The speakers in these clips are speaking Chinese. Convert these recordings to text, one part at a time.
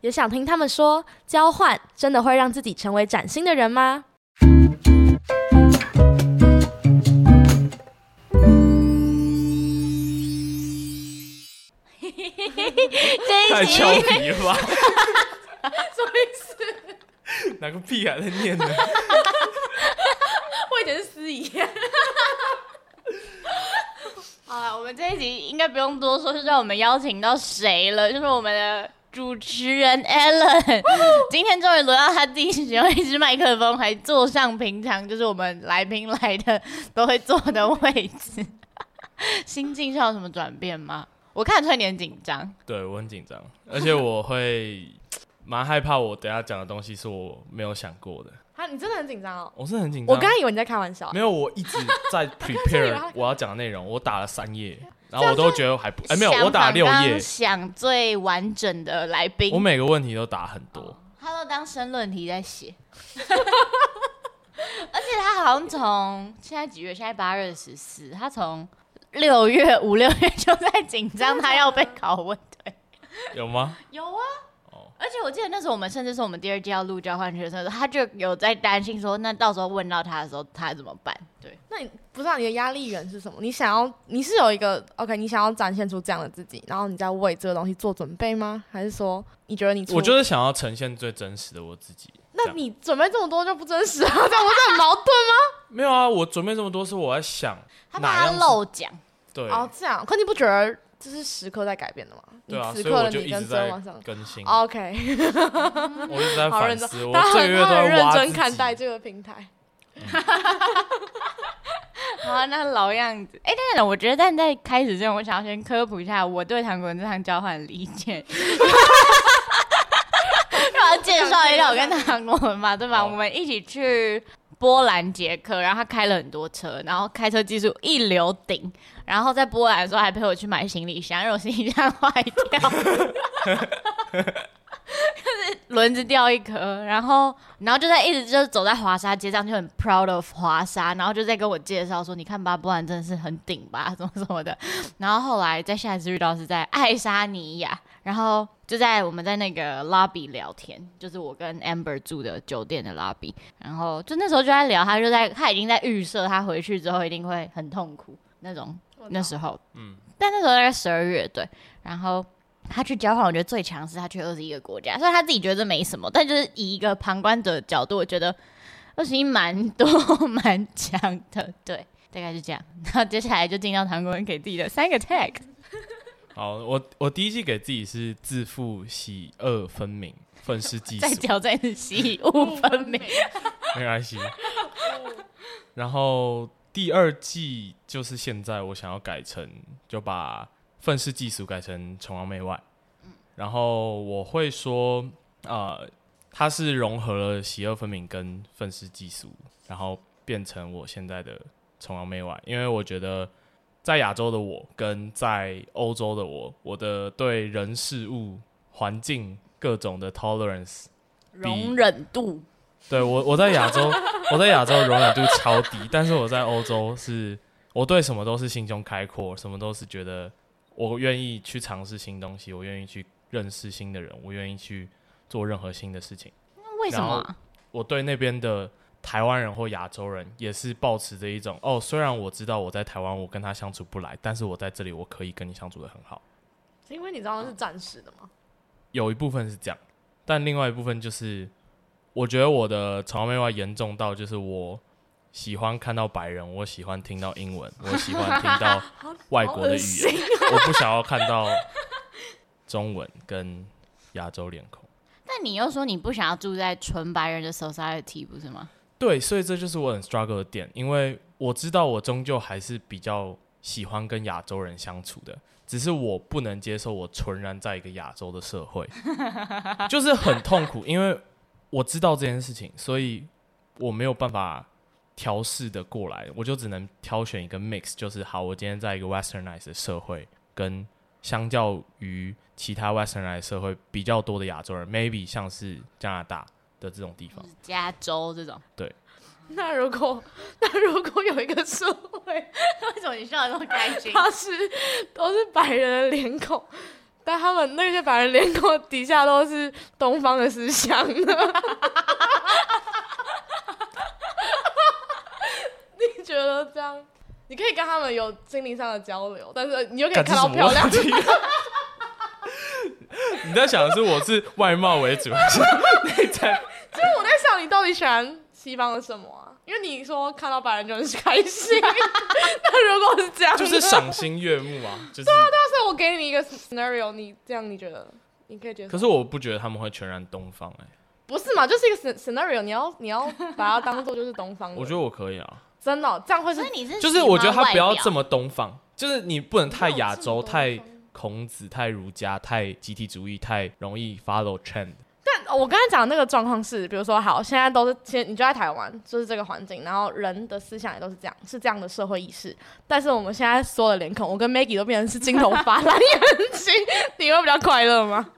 也想听他们说，交换真的会让自己成为崭新的人吗？这 太一集俏皮了吧？ 什么意思？哪个屁啊还在念呢？ 我以前是司仪， 好了，我们这一集应该不用多说，是让我们邀请到谁了？就是我们的主持人 Alan，今天终于轮到他自己使用一支麦克风，还坐上平常就是我们来宾来的都会坐的位置。 心境上有什么转变吗？我看出来你很紧张，对我很紧张，而且我会蛮害怕，我等一下讲的东西是我没有想过的。啊，你真的很紧张哦。我是很紧张，我刚刚以为你在开玩笑没，有，我一直 在 prepare 我要讲的内容，我打了三页，然后我都觉得还不，哎，没有，我打了六想访页刚，想最完整的来宾我。每个问题都打很哦多。他都当申论题在写， 而且他好像从现在几月？现在八月十四，他从六月五六月就在紧张，他要被拷问。对，有吗？有啊。哦而且我记得那时候我们甚至是我们第二季要录交换学生的时候，他就有在担心说，那到时候问到他的时候，他怎么办？对，那你不知道你的压力源是什么？你想要你是有一个 OK，你想要展现出这样的自己，然后你在为这个东西做准备吗？还是说你觉得你出我就是想要呈现最真实的我自己。这那样你准备这么多就不真实啊？这样不是很矛盾没有啊？我准备这么多是我在想他哪怕他样是漏讲，对哦，这样，可你不觉得这是时刻在改变的吗？对啊，你此所以刻我的就你一跟直昨天在晚上。更新。 OK，我一直在好认反真思，， 我他这个很月都他很在认挖真自看己待这个平台。 好、啊，那老样子。哎、但是我觉得，但在开始之前，我想要先科普一下我对韩国人这趟交换的理解。 让我介绍一下我 跟韩国人嘛，对吧？好我们一起去波兰、捷克，然后他开了很多车，然后开车技术一流顶。然后在波兰的时候还陪我去买行李箱，因为我行李箱坏掉，就是轮子掉一颗。然后，然后就在一直就是走在华沙街上，就很 proud of 华沙，然后就在跟我介绍说，你看吧，波兰真的是很顶吧，什么什么的。然后后来在下一次遇到是在爱沙尼亚，然后就在我们在那个 lobby 聊天，就是我跟 Amber 住的酒店的 lobby，然后就那时候就在聊，他就在他已经在预设他回去之后一定会很痛苦那种，那时候，嗯，但那时候大概十二月对，然后。他去交换，我觉得最强是他去二十一个国家，虽然他自己觉得这没什么，但就是以一个旁观者的角度，我觉得二十一蛮多 蛮强的，对，大概是这样。然后接下来就进到韩国人给自己的三个 tag，好，我我第一季给自己是自负、喜恶分明、愤世 嫉再俗，矫正是喜恶分明。没关系。然后第二季就是现在，我想要改成就把愤世嫉俗改成崇洋媚外。然后我会说，呃，它是融合了喜恶分明跟愤世嫉俗，然后变成我现在的崇洋媚外。因为我觉得在亚洲的我跟在欧洲的我，我的对人事物、环境各种的 tolerance 容忍度，对我，我在亚洲，我在亚洲容忍度超低，但是我在欧洲是，我对什么都是心胸开阔，什么都是觉得我愿意去尝试新东西，我愿意去认识新的人，我愿意去做任何新的事情。那为什么啊？我对那边的台湾人或亚洲人也是保持着一种哦，虽然我知道我在台湾我跟他相处不来，但是我在这里我可以跟你相处的很好。是因为你知道那是暂时的吗？有一部分是这样，但另外一部分就是，我觉得我的崇洋媚外严重到就是我喜欢看到白人，我喜欢听到英文，我喜欢听到外国的语言，我不想要看到中文跟亚洲脸孔。但你又说你不想要住在纯白人的 society，不是吗？对，所以这就是我很 struggle 的点，因为我知道我终究还是比较喜欢跟亚洲人相处的，只是我不能接受我纯然在一个亚洲的社会，就是很痛苦，因为我知道这件事情，所以我没有办法调试的过来，我就只能挑选一个 mix，就是好，我今天在一个 westernized 的社会，跟相较于其他 westernized 社会比较多的亚洲人，maybe 像是加拿大的这种地方，加州这种。那如果 那如果有一个社会，为什么你笑得那么开 心它是都是白人的脸孔，但他们那些白人脸孔底下都是东方的思想 呢？你觉得这样？你可以跟他们有心灵上的交流，但是你又可以干看到漂 亮的这是什么啊问题 你在想的是我是外貌为主， 还是内 在？所以我在想，你到底喜欢西方的什么啊？因为你说看到白人就很开心， 那如果是这样呢，就是赏心悦目啊，就但是。是我给你一个 scenario，你这样你觉得你可以接受？可是我不觉得他们会全然东方哎、不是嘛？就是一个 sce- scenario，你要你要把它当做就是东方的。 我觉得我可以啊，真的哦、这样会是所以你是就是我觉得他不要 这么么东方，就是你不能太亚洲、没有这么太东方孔子、太儒家、太集体主义、太容易 follow trend。但我刚才讲的那个状况是，比如说好，现在都是现你就在台湾，就是这个环境，然后人的思想也都是这样，是这样的社会意识。但是我们现在所有的脸孔，我跟 Maggie 都变成是金头发、蓝眼睛，你会比较快乐吗？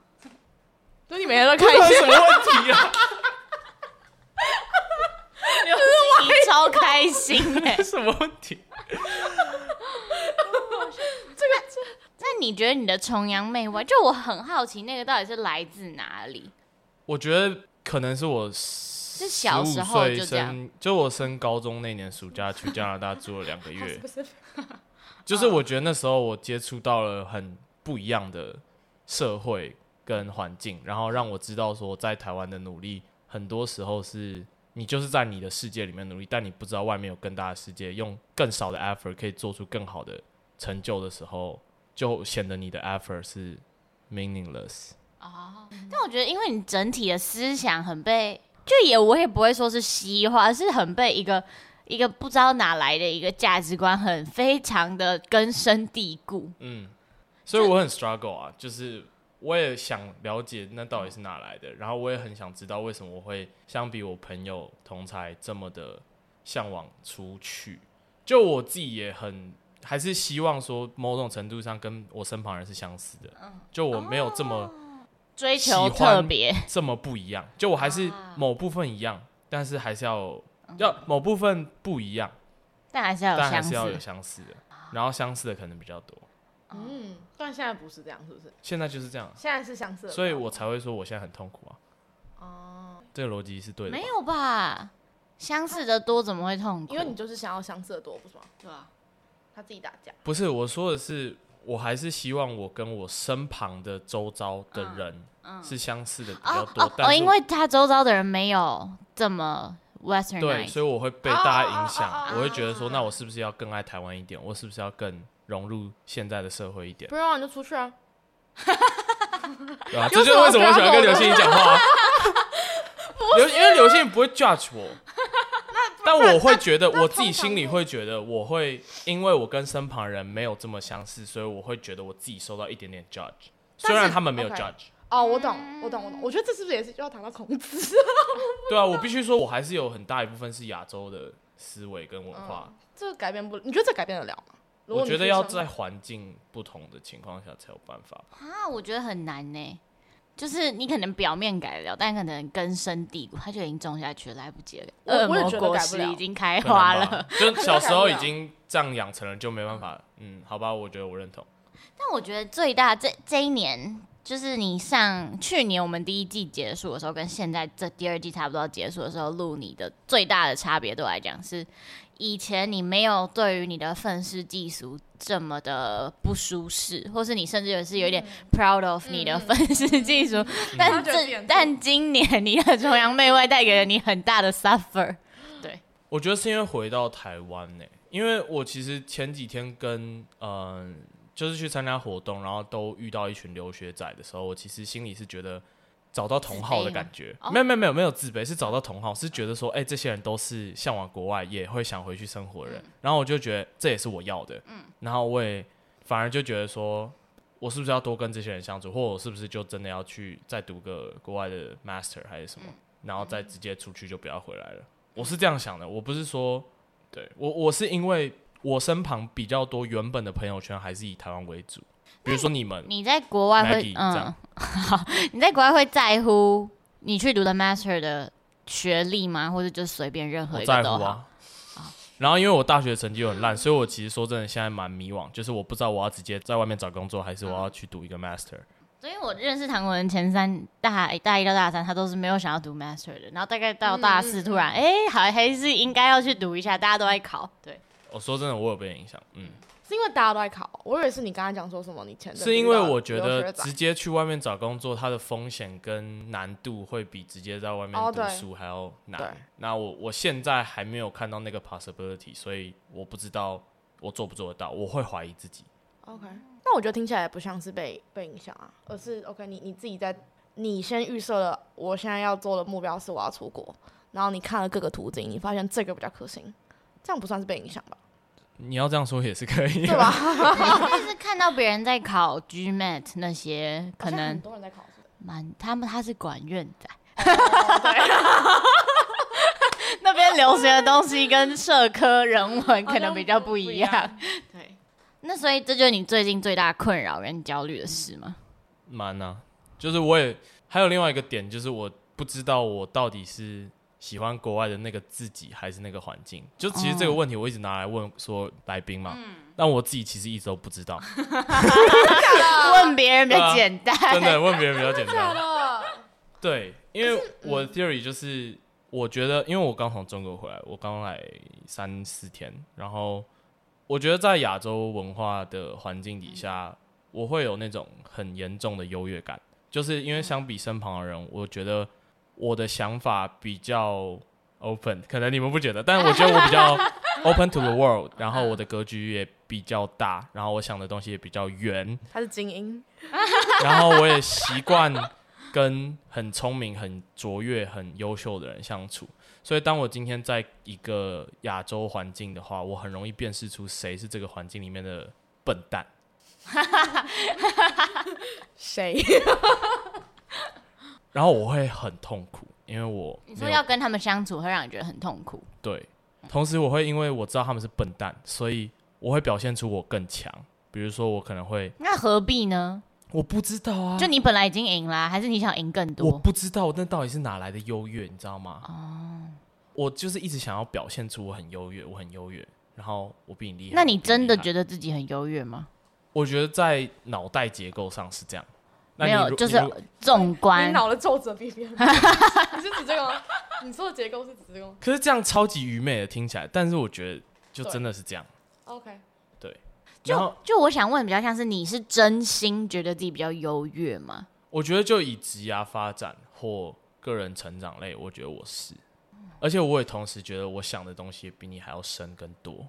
就你每天都开这有心，什么问题啊？ 你超开心哎、 这什么问题？那你觉得你的崇洋媚外，就我很好奇那个到底是来自哪里？我觉得可能是我是是小时候就这样升，就我升高中那年暑假去加拿大住了两个月是不，是？就是我觉得那时候我接触到了很不一样的社会跟环境，然后让我知道说，在台湾的努力很多时候是你就是在你的世界里面努力，但你不知道外面有更大的世界，用更少的 effort 可以做出更好的成就的时候，就显得你的 effort 是 meaningless。但我觉得，因为你整体的思想很被，就也我也不会说是西化，而是很被一个一个不知道哪来的一个价值观，很非常的根深蒂固。嗯，所以我很 struggle 啊，就是我也想了解那到底是哪来的，然后我也很想知道为什么我会相比我朋友同才这么的向往出去，就我自己也很还是希望说某种程度上跟我身旁人是相似的，就我没有这么、追求喜欢特别，这么不一样，就我还是啊某部分一样，但是还是要要某部分不一样，但还是要有但相还是要有似。相似的，然后相似的可能比较多，嗯，但现在不是这样，是不是？现在就是这样啊。现在是相似的吧，所以我才会说我现在很痛苦啊。哦，这个逻辑是对的吧，没有吧？相似的多怎么会痛苦？因为你就是想要相似的多，不是吗？对啊，他自己打架，不是我说的是，我还是希望我跟我身旁的周遭的人嗯是相似的比较哦多，哦但哦，是因为他周遭的人没有这么对， westernized，所以我会被大家影响，哦哦哦哦哦哦我会觉得说，那我是不是要更爱台湾一点？我是不是要更融入现在的社会一点？不用啊，你就出去啊。对啊，这有什就是么为什么我喜欢跟 struggle 刘欣怡讲话、啊。刘，因为刘欣怡 不会 judge 我，但我会觉得那我自己通常心里我会觉得，我会因为我跟身旁人没有这么相似，所以我会觉得我自己受到一点点 judge。虽然他们没有 OK judge，哦，我懂，我懂，我懂。我觉得这是不是也是就要谈到孔子？对啊，我必须说，我还是有很大一部分是亚洲的思维跟文化。 这个改变不？你觉得这改变得了吗？如果我你觉得去要上在环境不同的情况下才有 办法。啊，我觉得很难呢、就是你可能表面改得了，但可能根深蒂固，它就已经种下去了，来不及了。我恶我也魔觉得果改不实了已经开花可能了吧。，就小 时候改已不了经这样养成了，就没办法。嗯，好吧，我觉得我认同。但我觉得最大这这一年，就是你上去年我们第一季结束的时候，跟现在这第二季差不多结束的时候录你的最大的差别，对我来讲是，以前你没有对于你的愤世嫉俗这么的不舒适，或是你甚至也是有点 proud of 你的愤世嫉俗，但嗯他觉得自己这很但今年你的崇洋媚外带给了你很大的 suffer，我觉得是因为回到台湾呢、因为我其实前几天跟嗯、呃就是去参加活动，然后都遇到一群留学仔的时候，我其实心里是觉得找到同好的感觉自卑吗哦，没有没有没有没有自卑，是找到同好，是觉得说，哎、这些人都是向往国外，也会想回去生活嗯的人，然后我就觉得这也是我要的，然后我也反而就觉得说。我是不是要多跟这些人相处，或我是不是就真的要去再读个国外的 master 还是什么？然后再直接出去就不要回来了。我是这样想的，我不是说，对我我是因为我身旁比较多原本的朋友圈还是以台湾为主，比如说你们，你在国外会 Maggie，这嗯 样，好，你在国外会在乎你去读的 master 的学历吗？或者就随便任何我一在个都乎好？啊。然后因为我大学成绩又很烂，所以我其实说真的现在蛮迷惘，就是我不知道我要直接在外面找工作，还是我嗯要去读一个 master。所以我认识唐国人前三大大一到大三，他都是没有想要读 master 的，然后大概到大四突然，哎、好像还是应该要去读一下，大家都在考，对，我说真的，我有被影响，嗯，是因为大家都在考，我以为是你刚才讲说什么，你前阵子是因为遇到我觉留得学仔直接去外面找工作，它的风险跟难度会比直接在外面哦读对书还要对难。那我我现在还没有看到那个 possibility，所以我不知道我做不做得到，我会怀疑自己。 OK，那我觉得听起来不像是被被影响啊，而是 OK，你你自己在你先预设了，我现在要做的目标是我要出国，然后你看了各个途径，你发现这个比较可行，这样不算是被影 响吧？你要这样说也是可以，对吧？就是看到别人在考 GMAT 那些，可好像能很多人在考试的，蛮他们他是管院的。哦对， 那边流行的东西跟社科人文可能比较哦不一好像样。对，那所以这就是你最近最大的困扰跟焦虑的事吗？蛮啊，就是我也还有另外一个点，就是我不知道我到底是喜欢国外的那个自己，还是那个环境。就其实哦这个问题，我一直拿来问说来宾嘛，嗯但我自己其实一直都不 知道，啊问别人比较简单。真的问别人比较简假单。的，嗯对，因为我的 theory 就是，我觉得，因为我刚从中国回来，我刚来三四天，然后我觉得在亚洲文化的环嗯境底下，我会有那种很严重的优越感，就是因为相比身旁的人，我觉得我的想法比较 open，可能你们不觉得，但我觉得我比较 open to the world，然后我的格局也比较大，然后我想的东西也比较远，他是精英，然后我也习惯跟很聪明、很卓越、很优秀的人相处，所以当我今天在一个亚洲环境的话，我很容易辨识出谁是这个环境里面的笨蛋。谁？然后我会很痛苦，因为我嗯你没说有要跟他们相处会让你觉得很痛苦，对，同时我会因为我知道他们是笨蛋，所以我会表现出我更强。比如说，我可能会那何必呢？我不知道啊，就你本来已经赢啦，还是你想赢更我多？不知道那到底是哪来的优越，你知道吗？哦我就是一直想要表现出我很优越，我很优越，然后我比你厉害。那你真的得？觉得自己很优越吗？我觉得在脑袋结构上是这样。那没你有，如就是你如纵你观。脑的皱褶比别 人，你是指这个吗？你说的结构是指这个吗可是这样超级愚昧的听起来，但是我觉得就真的是这样。 ？OK，然后就就我想问，比较像是你是真心觉得自己比较优越吗？我觉得就以职涯发展或个人成长类，我觉得我是，而且我也同时觉得我想的东西比你还要深更多。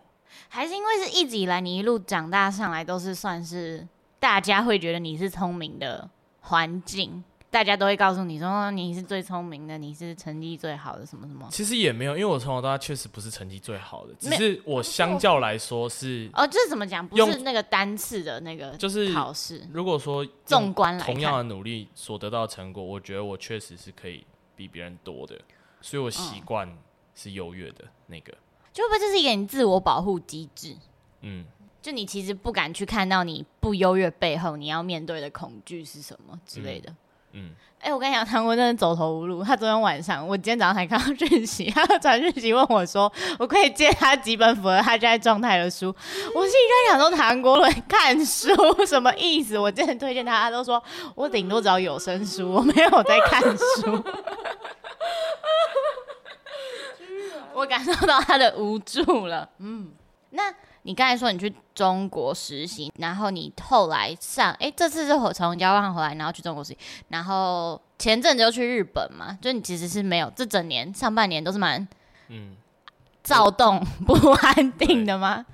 还是因为是一直以来你一路长大上来都是算是大家会觉得你是聪明的环境，大家都会告诉你说哦你是最聪明的，你是成绩最好的什么什么。其实也没有，因为我从小到大确实不是成绩最好的，只没是我相较来说是，哦，这怎么讲？不用是那个单次的那个就是考试，如果说用纵观来同样看，的努力所得到的成果，我觉得我确实是可以比别人多的，所以我嗯习惯是优越的那个。就会不会这是一个你自我保护机制？嗯，就你其实不敢去看到你不优越背后你要面对的恐惧是什么之类的。嗯，哎、我跟你讲，唐国真的走投无路。他昨天晚上，我今天早上才看到 讯息，他传讯息问我说，我可以借他几本符合他现在状态的书。我心里在想说，唐国伦看书 什么意思？我之前推荐他，他都说我顶多找有声书，我没有在看书。我感受到他的无助了。嗯，那你刚才说你去中国实习，然后你后来上，哎、这次是我从交换回来，然后去中国实习。然后前阵子又去日本嘛，就你其实是没有这整年上半年都是蛮嗯，躁动、 不安定的吗？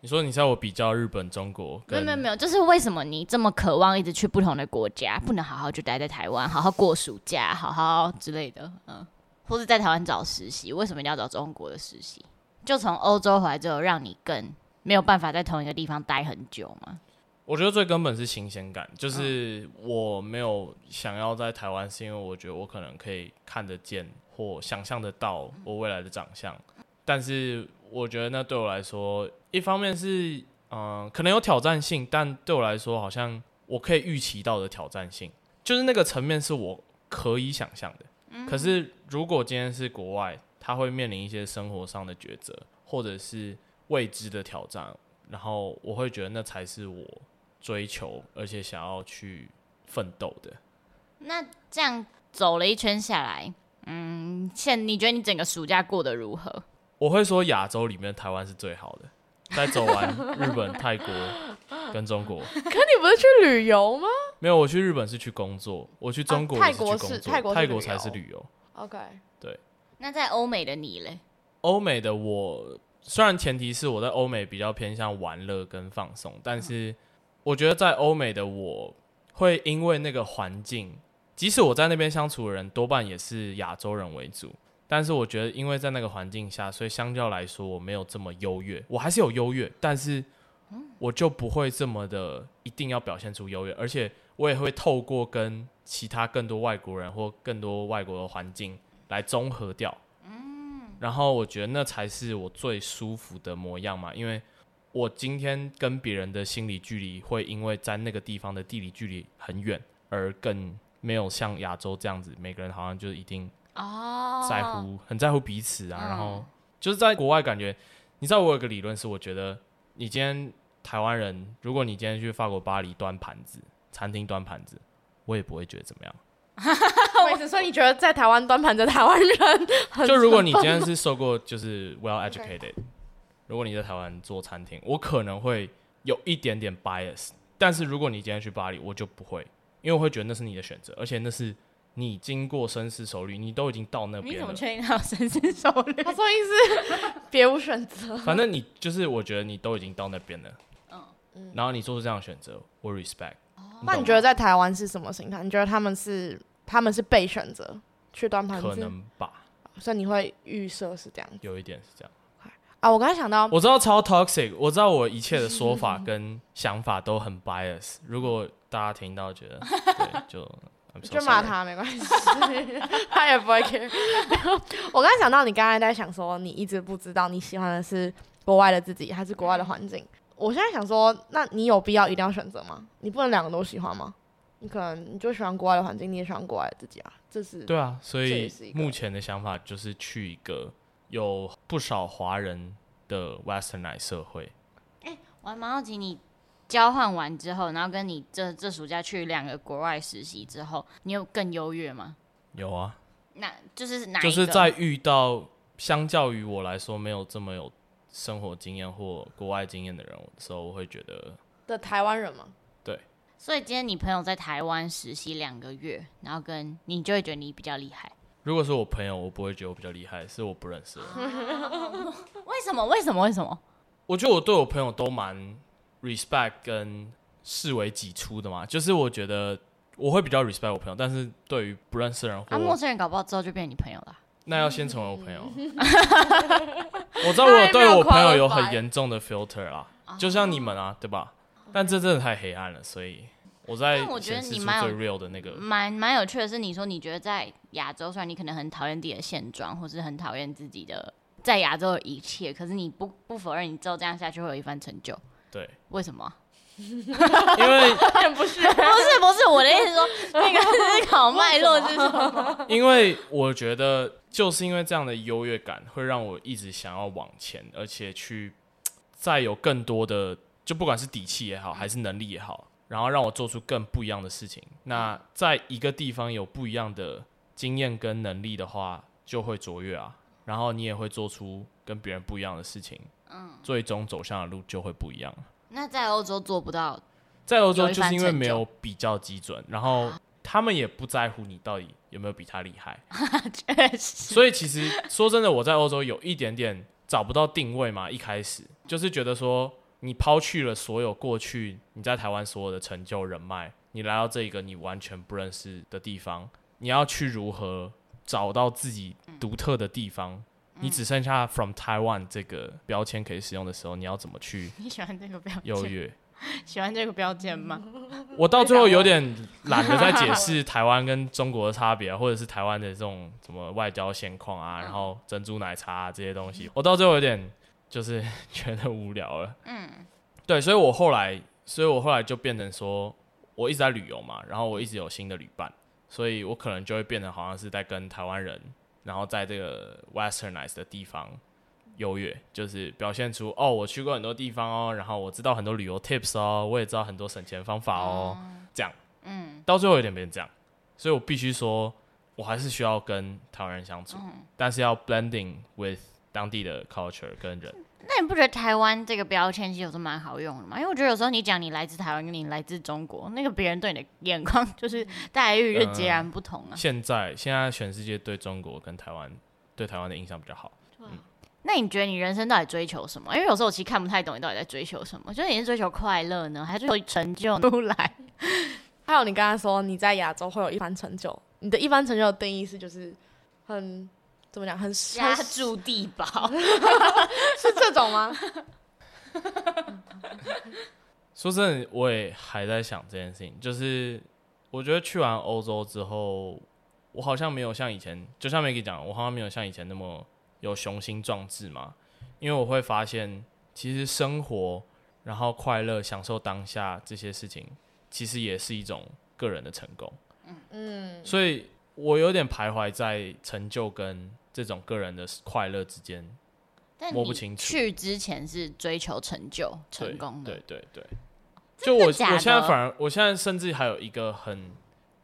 你说你在我比较日本、中国没有跟没有没有，就是为什么你这么渴望一直去不同的国家，不能好好就待在台湾，好好过暑假，好好之类的，嗯，或是在台湾找实习，为什么一定要找中国的实习？就从欧洲回来之后，让你更没有办法在同一个地方待很久吗？我觉得最根本是新鲜感，就是我没有想要在台湾，是因为我觉得我可能可以看得见或想象得到我未来的长相，但是我觉得那对我来说，一方面是嗯、呃可能有挑战性，但对我来说好像我可以预期到的挑战性，就是那个层面是我可以想象的。可是如果今天是国外，他会面临一些生活上的抉择，或者是未知的挑战，然后我会觉得那才是我追求而且想要去奋斗的。那这样走了一圈下来，嗯，现你觉得你整个暑假过得如何？我会说亚洲里面台湾是最好的，在走完日本、泰国跟中国，可你不是去旅游吗没有我去日本是去工作，我去中国啊也去泰国工是作，泰国是泰旅国才游是旅游。 ？OK，那在欧美的你嘞？欧美的我虽然前提是我在欧美比较偏向玩乐跟放松，但是我觉得在欧美的我会因为那个环境，即使我在那边相处的人多半也是亚洲人为主，但是我觉得因为在那个环境下，所以相较来说我没有这么优越，我还是有优越，但是我就不会这么的一定要表现出优越，而且我也会透过跟其他更多外国人或更多外国的环境来综合掉。嗯然后我觉得那才是我最舒服的模样嘛，因为我今天跟别人的心理距离会因为在那个地方的地理距离很远，而更没有像亚洲这样子，每个人好像就是一定哦在乎、很在乎彼此啊。嗯然后就是在国外感觉，你知道我有个理论是，我觉得你今天台湾人，如果你今天去法国巴黎端盘子，餐厅端盘子，我也不会觉得怎么样。 我意思说你觉得在台湾端盘的台湾人很，就如果你很今棒天是受过就是 well educated，如果你在台湾做餐厅，我可能会有一点点 bias，但是如果你今天去巴黎，我就不会，因为我会觉得那是你的选择，而且那是你经过深思熟虑，你都已经到那你边怎么了，确定他有深思熟虑？他说意思 别无选择，反正你就是我觉得你都已经到那边了，嗯，然后你做出这样的选择，我 respect。哦那你懂觉吗得在台湾是什么心态？你觉得他们是他们是被选择去端盘可子，能吧，所以你会预设是这样子有一点是这样。啊？我刚才想到，我知道超 toxic，我知道我一切的说 法跟想法都很 bias。如果大家听到 觉得，对，就 I'm so 就骂 sorry 他没关系， 他也不会 care。我刚才想到，你刚才在想说，你一直不知道你喜欢的是国外的自己还是国外的环境。我现在想说，那你有必要一定要选择吗？你不能两个都喜欢吗？你可能你就喜欢国外的环境，你也喜欢国外的自己啊，这是对啊，所这也以是一个目前的想法就是去一个有不少华人的 westernized 社会。 我还蛮好奇你交换完之后，然后跟你这这暑假去两个国外实习之后，你有更优越吗？有啊，那就是哪一就个？是在遇到相较于我来说没有这么有生活经验或国外经验的人的时候，我会觉得的台湾人嘛。所以今天你朋友在台湾实习两个月，然后跟你就会觉得你比较厉害。如果是我朋友，我不会觉得我比较厉害，是我不认识的人。为什么？为什么？为什么？我觉得我对我朋友都蛮 respect 跟视为己出的嘛，就是我觉得我会比较 respect 我朋友，但是对于不认识的人或啊，陌生人搞不好之后就变你朋友了。那要先成为我 朋友。我知道我对我朋友有很严重的 filter 啦，哦就像你们啊，对吧？但这真的太黑暗了，所以我在但我觉得显你示出蛮有嗯最 real 的那个。啊蛮蛮有趣的是，你说你觉得在亚洲，虽然你可能很讨厌自己的现状，或是很讨厌自己的在亚洲的一切，可是你不不否认，你之后这样下去会有一番成就。对，为什么啊？因为不是不是，我的意思是说，那个思考脉络是什么？因为我觉得就是因为这样的优越感，会让我一直想要往前，而且去再有更多的，就不管是底气也好，还是能力也好，然后让我做出更不一样的事情。那在一个地方有不一样的经验跟能力的话，就会卓越啊，然后你也会做出跟别人不一样的事情，嗯，最终走向的路就会不一样。那在欧洲做不到，在欧洲就是因为没有比较基准，然后他们也不在乎你到底有没有比他厉害。确实。所以其实说真的，我在欧洲有一点点找不到定位嘛，一开始就是觉得说，你抛去了所有过去你在台湾所有的成就人脉，你来到这一个你完全不认识的地方，你要去如何找到自己独特的地方？你只剩下 from Taiwan 这个标签可以使用的时候，你要怎么去你喜欢这个表优情？越？喜欢这个标签吗？嗯我到最后有点懒得再解释台湾跟中国的差别、啊，或者是台湾的这种什么外交现况啊，然后珍珠奶茶、啊、这些东西，我到最后有点就是 觉得无聊了。嗯，对，所以我后来，所以我后来就变成说，我一直在旅游嘛，然后我一直有新的旅伴，所以我可能就会变得好像是在跟台湾人，然后在这个 westernized 的地方优越，就是表现出哦，我去过很多地方哦，然后我知道很多旅游 tips 哦，我也知道很多省钱方法哦，这样。嗯，到最后有点变这样，所以我必须说，我还是需要跟台湾人相处，但是要 blending with 当地的 culture 跟人。那你不觉得台湾这个标签其实有时候蛮好用的吗？因为我觉得有时候你讲你来自台湾，跟你来自中国，那个别人对你的眼光就是待遇就截然不同啊。现在现在全世界对中国跟台湾对台湾的印象比较好，那你觉得你人生到底追求什么？因为有时候我其实看不太懂你到底在追求什么。就是你是追求快乐呢，还是追求成就出来？还有你刚才说你在亚洲会有一番成就，你的一番成就的定义是就是很怎么讲，很家很住地堡，是这种吗？ 说真的，我也还在想这件事情，就是我觉得去完欧洲之后，我好像没有像以前，就像 Maggie 讲，我好像没有像以前那么有雄心壮志嘛，因为我会发现，其实生活，然后快乐、享受当下这些事情，其实也是一种个人的成功。嗯，所以我有点徘徊在成就跟这种个人的快乐之间，但摸不你清楚去之前是追求成就、对成功的。对对对，就真我的我假的现在反而，我现在甚至还有一个很，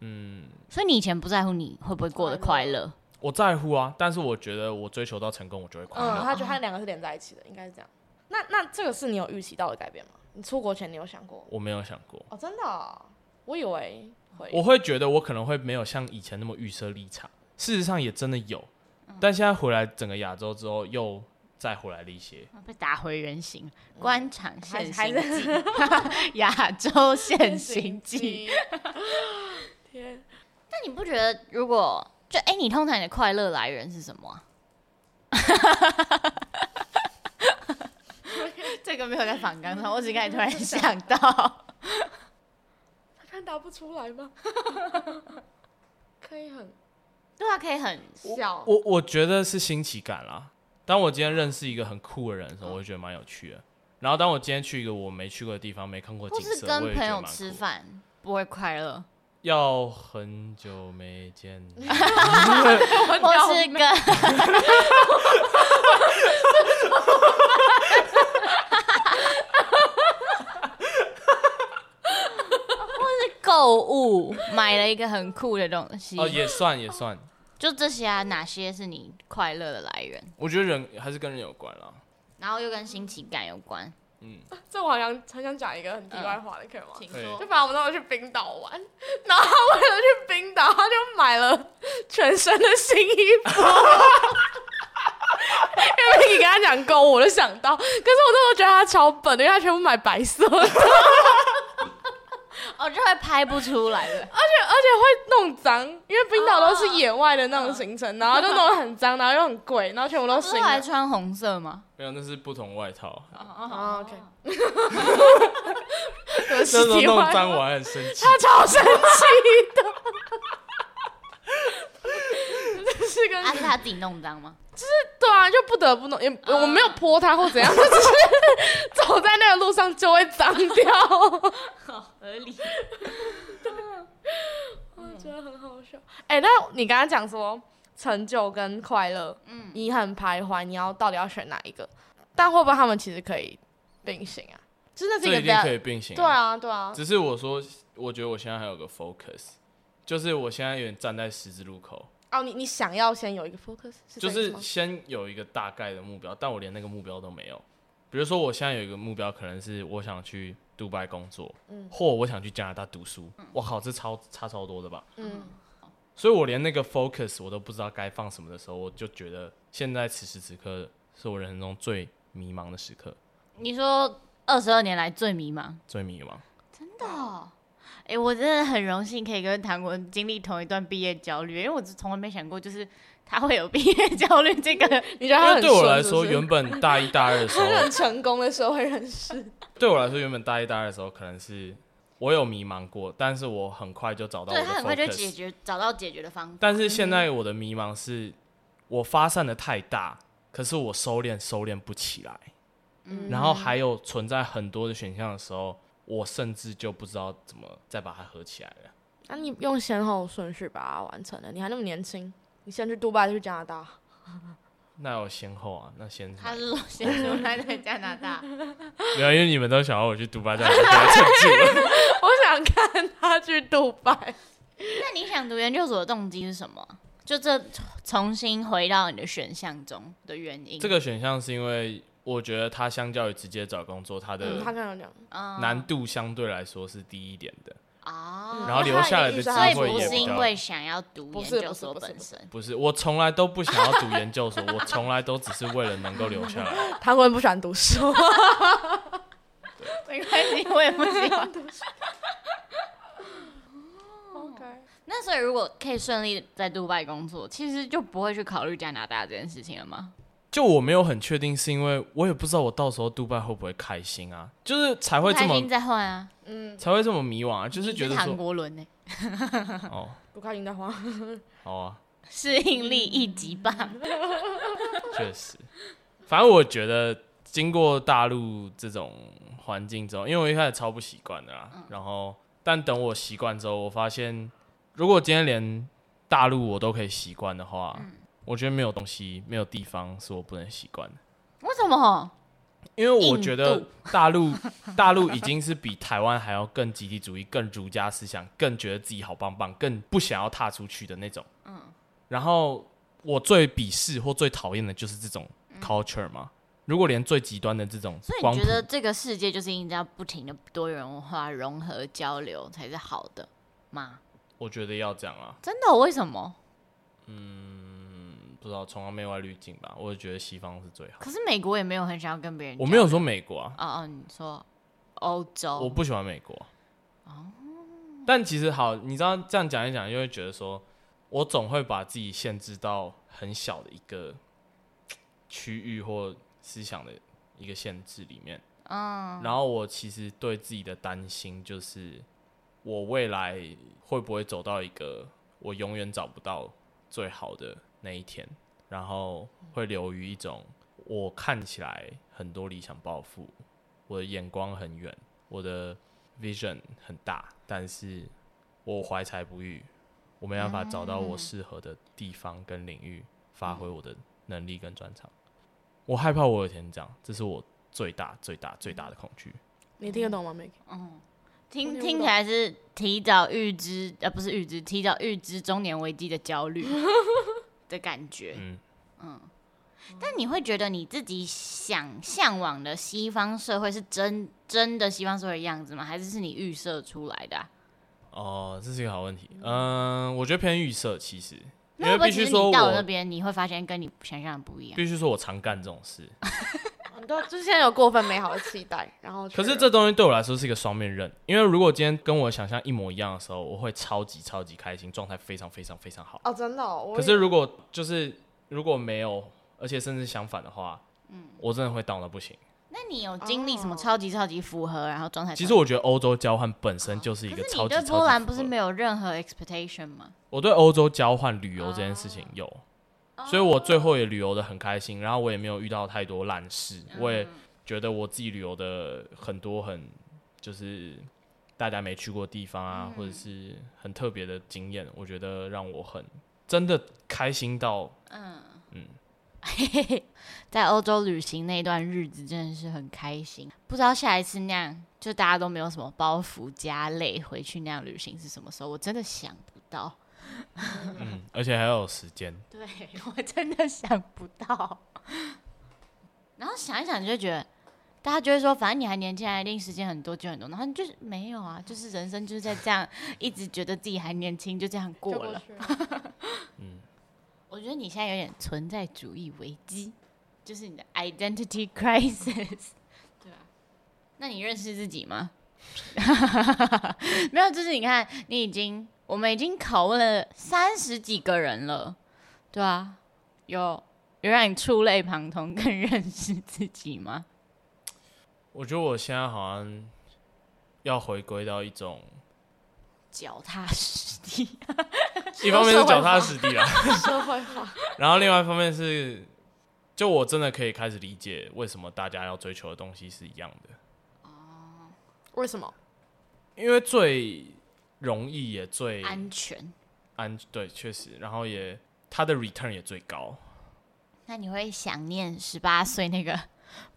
嗯，所以你以前不在乎你会不会过得快乐，我在乎啊，但是我觉得我追求到成功，我就会快嗯，乐。他觉得他两个是连在一起的，应该是这样。那那这个是你有预期到的改变吗？你出国前你有想过？我没有想过，哦，真的哦、我以为会。我会觉得我可能会没有像以前那么预设立场，事实上也真的有，嗯但现在回来整个亚洲之后，又再回来了一些。被打回原形，官场现还形 是记，亚洲现形记。，天，那你不觉得如果就哎、你通常你的快乐来源是什么、啊？ 这个没有在反纲上，我只是刚才突 然想到，他 看答不出来 吗？可以很对啊，可以很小，我我觉得是新奇感啦。当我今天认识一个很酷的人嗯的时候，我就觉得蛮有趣的。然后当我今天去一个我没去过的地方，没看过或景是色，我跟也觉朋得友蛮吃酷，饭不会快乐，要很久没 见你，或是跟或是购物买了一个很酷的东西哦，也算也算。就这些啊，哪些是你快乐的来源？我觉得人还是跟人有关啦。然后又跟新奇感有关。这我好像很想讲一个很题外话的，可以吗？请说就反正我们都有去冰岛玩，然后他为了去冰岛，他就买了全身的新衣服。 因为你跟他讲购物，我就想到，可是我那时候觉得他超笨的，因为他全部买白色的，而且哦，而且就会拍不出来的。会弄脏，因为冰岛都是野外的那种行程，然后就弄得很脏，然后又很贵，嗯然后全部 都不是新还的。穿红色吗？没有，那是不同外套，啊，OK， 哦 那时候弄脏我还很生气。他超生气的。这是个啊，是他自己弄脏吗？对啊，就不得不弄，也、我没有泼他或怎 样，就只是走在那个路上就会脏掉。合理。嗯我觉得很好笑。 哎、那你刚刚讲说成就跟快乐，嗯，你很徘徊，你要到底要选哪一个？但会不会他们其实可以并行啊？真的是一个这一比定较可以并行。对，啊，对啊，只是我说，我觉得我现在还有个 focus，就是我现在有点站在十字路口，哦，你你想要先有一个 focus，是这就个意思是吗先有一个大概的目标，但我连那个目标都没有。比如说，我现在有一个目标，可能是我想去杜拜工作，嗯或我想去加拿大读书。我靠，这超差超多的吧？嗯，所以我连那个 focus 我都不知道该放什么的时候，我就觉得现在此时此刻是我人生中最迷茫的时刻，你说二十二年来最迷茫，最迷茫。真的、哦？哎、我真的很荣幸可以跟唐国经历同一段毕业焦虑，因为我从来没想过，就是他会有毕业焦虑这个。你觉得因他为很对我顺来是说，不是 原本大一大二的时候，很成功的社会人士，对我来说，原本大一、大二的时候，可能是我有迷茫过，但是我很快就找到我对的他很快就 focus 解决，找到解决的方法。但是现在我的迷茫是，我发散的太大，可是我收敛收敛不起来，嗯然后还有存在很多的选项的时候，我甚至就不知道怎么再把它合起来了。那、啊你用先后顺序把它完成了，你还那么年轻，你先去杜拜，再去加拿大，那有先后啊，那先他是说先出来在加拿大，没有，因为你们都想要我去读巴加，我就给他趁 机了。 我想看他去杜拜。 那你想读研究所的动机是什么？就这重新回到你的选项中的原因。这个选项是因为我觉得它相较于直接找工作，嗯，他它的刚刚有讲，嗯难度相对来说是低一点的，哦啊，然后留下来的机所以会不也是比因较。为想要读不研是究不是所不是本不是身，不是，我从来都不想要读研究所，我从来都只是为了能够留下来。韩国人不喜欢读书。没关系，我也不喜欢。 OK， 那所以如果可以顺利在杜拜工作，其实就不会去考虑加拿大这件事情了吗？就我没有很确定，是因为我也不知道我到时候杜拜会不会开心啊，就是才会不这开么心再换啊，嗯，才会这么迷惘啊，就是觉得你说韩国轮呢，哦，不开心的话， 好啊，适应力一级棒。确实，反正我觉得经过大陆这种环境之后，因为我一开始超不习惯的啦，然后但等我习惯之后，我发现如果今天连大陆我都可以习惯的话，我觉得没有东西没有地方是我不能习惯的。为什么？因为我觉印得度大陆 大陆已经是比台湾还要更集体主义、更儒家思想、更觉得自己好棒棒、更不想要踏出去的那种。嗯，然后我最鄙视或最讨厌的就是这种 culture 嘛。如果连最极端的这种嗯所以光你谱觉，得这个世界就是应该要不停的多元文化融合交流才是好的吗？我觉得要这样啊，真的哦？为什么？不知道崇洋媚外滤镜吧？我觉得西方是最好的。可是美国也没有很想要跟别人交流。我没有说美国啊，哦哦，你说欧洲？我不喜欢美国。但其实好，你知道这样讲一讲，就会觉得说，我总会把自己限制到很小的一个嘖区域或思想的一个限制里面。嗯。然后我其实对自己的担心就是，我未来会不会走到一个我永远找不到最好的那一天，然后会流于一种我看起来很多理想抱负，我的眼光很远，我的 vision 很大，但是我怀才不遇，我没办法找到嗯我适合的地方跟领域，发挥我的能力跟专长。我害怕我有一天这样，这是我最大最大最大的恐惧。你听得懂吗，Meg？听我听不听起懂来是提早预知，呃，不是预知，提早预知中年危机的焦 虑的感觉。嗯，但你会觉得你自己想向往的西方社会是真真的西方社会的样子吗？还是是你预设出来的啊、哦，这是一个好问题。嗯，我觉得偏预设其实，因那会为不会必其须实说你到了那我边，你会发现跟你想象的不一样？必须说我常干这种 事，啊你都嗯就是现在有过分美好的期待，然后可啊是这东西对我来说是一个双面刃，因为如果今天跟我想象一模一样的时候，我会超级超级开心，状态非常非常非常好。哦，真的哦，我可是如果就是如果没有，而且甚至相反的话，嗯我真的会荡到不行。那你有经历什么哦超级超级符合，然后状态超级？其实我觉得欧洲交换本身就是一哦可个是超你级对超级波兰符不是合没有任何 expectation 吗？我对欧洲交换旅游这件事哦情有，所以我最后也旅游的很开心，然后我也没有遇到太多烂事，嗯我也觉得我自己旅游的很多很就是大家没去过的地方啊，或者嗯是很特别的经验，我觉得让我很真的开心到在欧洲旅行那段日子真的是很开心，不知道下一次那样就大家都没有什么包袱加累回去那样旅行是什么时候，我真的想不到。嗯，而且还有时间。对 我真的想不到。然后想一想，你就觉得大家就会说，反正你还年轻啊，一定时间很多，就很多。然后你就是没有啊，就是人生就是在这样一直觉得自己还年轻，就这样就过了。去了。 我觉得你现在有点存在主义危机，就是你的 identity crisis，对吧？那你认识自己吗？ 没有，就是你看，你已经我们已经拷问了三十几个人了，对啊，有有让你触类旁通更认识自己吗？我觉得我现在好像要回归到一种，脚踏实地，一方面是脚踏实地啦， 社会化，然后另外一方面是，就我真的可以开始理解为什么大家要追求的东西是一样的，为什么？因为最容易也最安全。安对，确实，然后也它的 return 也最高。那你会想念十八岁那个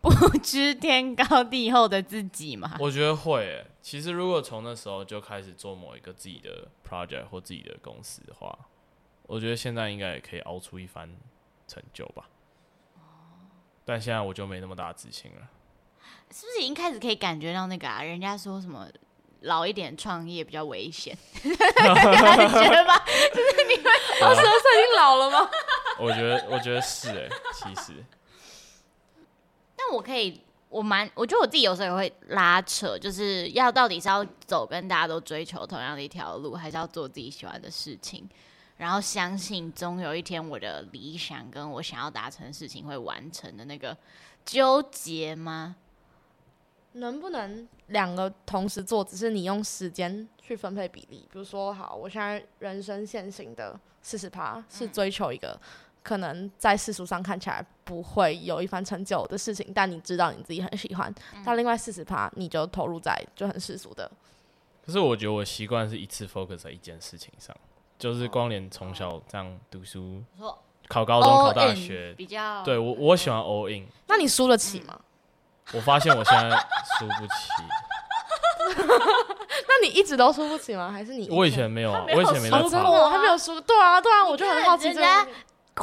不知天高地厚的自己吗？ 我觉得会欸、其实如果从那时候就开始做某一个自己的 project 或自己的公司的话，我觉得现在应该也可以熬出一番成就吧。但现在我就没那么大的自信了。是不是已经开始可以感觉到那个啊？人家说什么老一点创业比较危险，感觉 吧？哦哦二十二岁已经老了吗？我觉得， 我觉得是哎、其实 但我可以，我蛮，我觉得我自己有时候也会拉扯，就是要到底是要走跟大家都追求同样的一条路，还是要做自己喜欢的事情，然后相信总有一天我的理想跟我想要达成的事情会完成的那个纠结吗？能不能两个同时做，只是你用时间去分配比例？比如说，好，我现在人生现行的四十嗯趴是追求一个、可能在世俗上看起来不会有一番成就的事情，但你知道你自己很喜欢。嗯但另外四十趴你就投入在就很世俗的，可是我觉得我习惯是一次 focus 在一件事情上，就是光连从小这样读书我说，考高中、考 all 大 in 学，比较对我我喜欢 all in。嗯那你输得起吗？我发现我现在输不起，那你一直都输不起吗？还是你我以前没有啊，我以前没输在过，差。我还没有输。对啊，对啊，我就很好奇人这家个。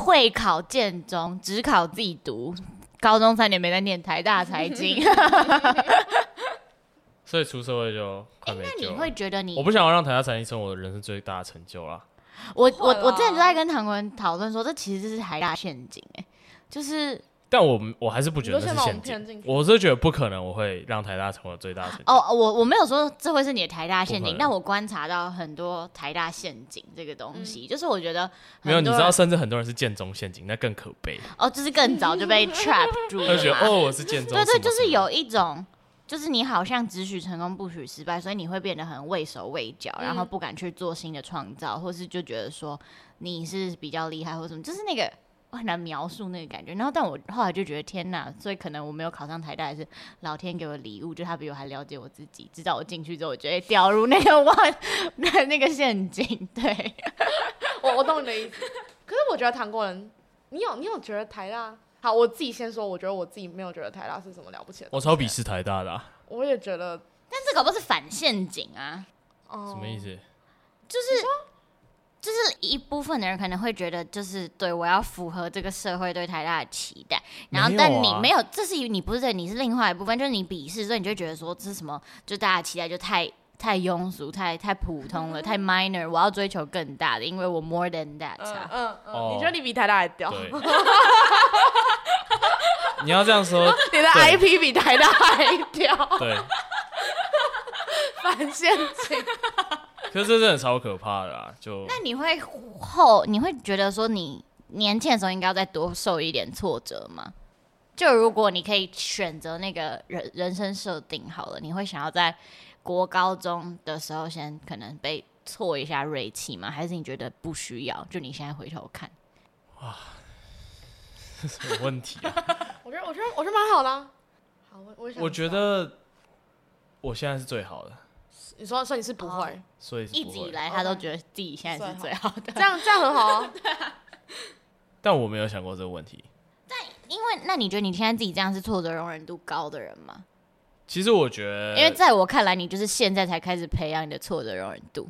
会考建中，只考自己读，高中三年没在念台大财经， 哎所以出社会就快没哎那你救了。会觉得你我不想要让台下财经成为我的人生最大的成就啦。我会我我之前就啦在跟唐国人讨论说，这其实是海大陷阱哎、就是但我我还是不觉得你那就是先把我陷们骗进阱，去我是觉得不可能我会让台大成为我最大的成就。哦，我我没有说这会是你的台大陷不可阱能，但我观察到很多台大陷阱这个东西，就是我觉得没有，很你多知道，人甚至很多人是建中陷阱，那更可 悲。哦，就是更早就 被 trap 住他了就觉得嘛。哦，我是建中，对什对，么就是什么有一种，就是你好像只许成功不许失败，所以你会变得很畏手畏脚，然后嗯不敢去做新的创造，或是就觉得说你是比较厉害或什么，就是那个。我很难描述那个感觉，然后但我后来就觉得天哪，所以可能我没有考上台大，也是老天给我礼物，就他比我还了解我自己，知道我进去之后，我就会掉入那个 忘那那个陷阱。对， 我我懂你的意思。可是我觉得韩国人，你有你有觉得台大？好，我自己先说，我觉得我自己没有觉得台大是什么了不起的。我超鄙。视台大的啊，我也觉得，但这搞不好是反陷阱啊。哦什么意？思？就是就是一部分的人可能会觉得，就是对我要符合这个社会对台大的期待，然后没有但啊你没有，这是你不是对，你是另外一部分，就是你鄙视，所以你就觉得说这是什么，就大家期待就太。太庸俗，太太普通嗯了，太 minor。我要追求更大的，因为我 more than that 嗯啊、嗯哦嗯，你觉得你比台大还屌？对， 你要这样说，你的对 IP 比台大还屌， 对，反陷阱。可是这真的超可怕的啊！就 那你会后，你会觉得说你年轻的时候应该要再多受一点挫折吗？就如果你可以选择那个人人生设定好了，你会想要在国高中的时候先可能被挫一下锐气吗？还是你觉得不需要？就你现在回头看，这是什么问题啊？我觉得我觉得我觉得蛮好的啊。好，我我也想我觉知道得我现在是最好的，你说说你是不会，所以是一不直会以来他都觉得自己现在是最好的。这样这样很好啊。但我没有想过这个问题。因为那你觉得你现在自己这样是挫折容忍度高的人吗？其实我觉得，因为在我看来，你就是现在才开始培养你的挫折容忍度。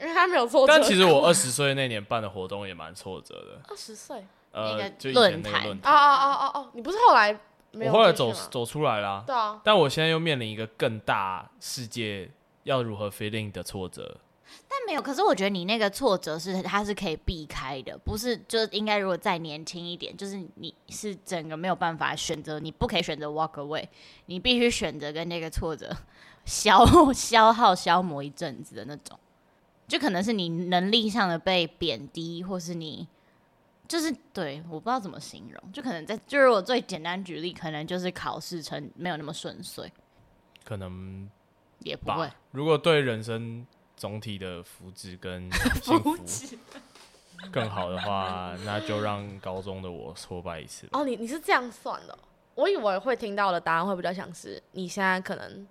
因为他没有挫折。但其实我二十岁那年办的活动也蛮挫折的。二十岁，那呃，个就以前那论个坛论哦坛，哦哦哦哦，你不是后来没我有后继来续走吗走出来啦，对啊，但我现在又面临一个更大世界要如何 feeling 的挫折。但没有，可是我觉得你那个挫折是它是可以避开的，不是就应该如果再年轻一点，就是你是整个没有办法选择，你不可以选择 walk away，你必须选择跟那个挫折消消耗消磨一阵子的那种，就可能是你能力上的被贬低，或是你就是对，我不知道怎么形容，就可能在就是我最简单举例，可能就是考试成没有那么顺遂，可能也不会吧。如果对人生总体的福祉跟幸福更好的话，那就让高中的我挫败一次吧。哦，你你是这样算的哦、我以为会听到的答案会比较像是你现在可能，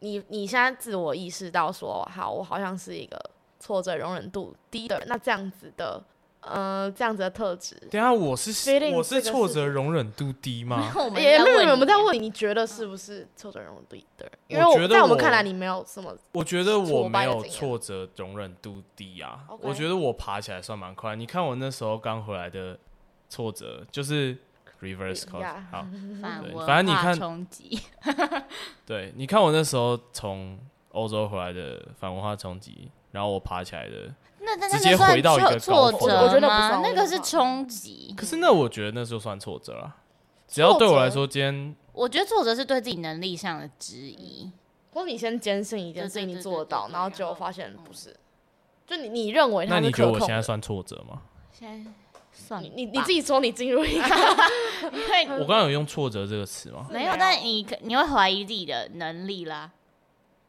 你你现在自我意识到说，好，我好像是一个挫折容忍度低的人，那这样子的，呃，这样子的特质，等一下我是 Feeling 我这是个是挫折容忍度低然吗？后我们也在没有问人你们在问你，你觉得是不是挫折容忍度低的人？因为我我觉得在我们我看来，你没有什么我觉得我挫败没的有经验挫折容忍度低啊。 OK 我觉得我爬起来算蛮快。你看我那时候刚回来的挫折，就是 reverse c o s e Yeah 好，反对文反正你化看冲击，对，你看我那时候从欧洲回来的反文化冲击，然后我爬起来的，那那直接那算回到一个挫高挫峰折我觉得不吗算那我个觉得是不算冲击。可是那我觉得那就算挫折了。只要对我来说，今天我觉得挫折是对自己能力上的质疑。或者你先坚信一件对事情对你对做得对到，对然后然结果后发现嗯不是，就你你认为那它你是觉得可我控现在的。算挫折吗？现在算你你吧你自己说你进入一 因个 哎为嗯我刚刚有用挫折这个词吗？没有，但你可你会怀疑自己的能力啦。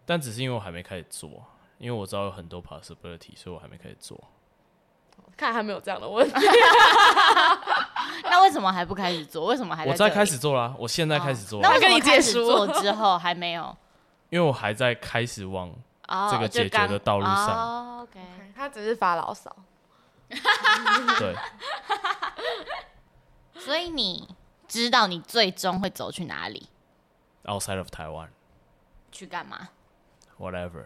但只是因为我还没开始做，啊因为我知道有很多 possibility，所以我还没开始做。看还没有这样的问题，那为什么还不开始做？为什么哎还我在在这开里始做啦，我现在开始做那啦，为什他跟么你开借始书做之后还没有？因为我还在开始往哦，这个就解决刚的道路上哦 OK， 他只是发牢骚。对，所以你知道你最终会走去哪里， outside of 台湾去干嘛？ whatever。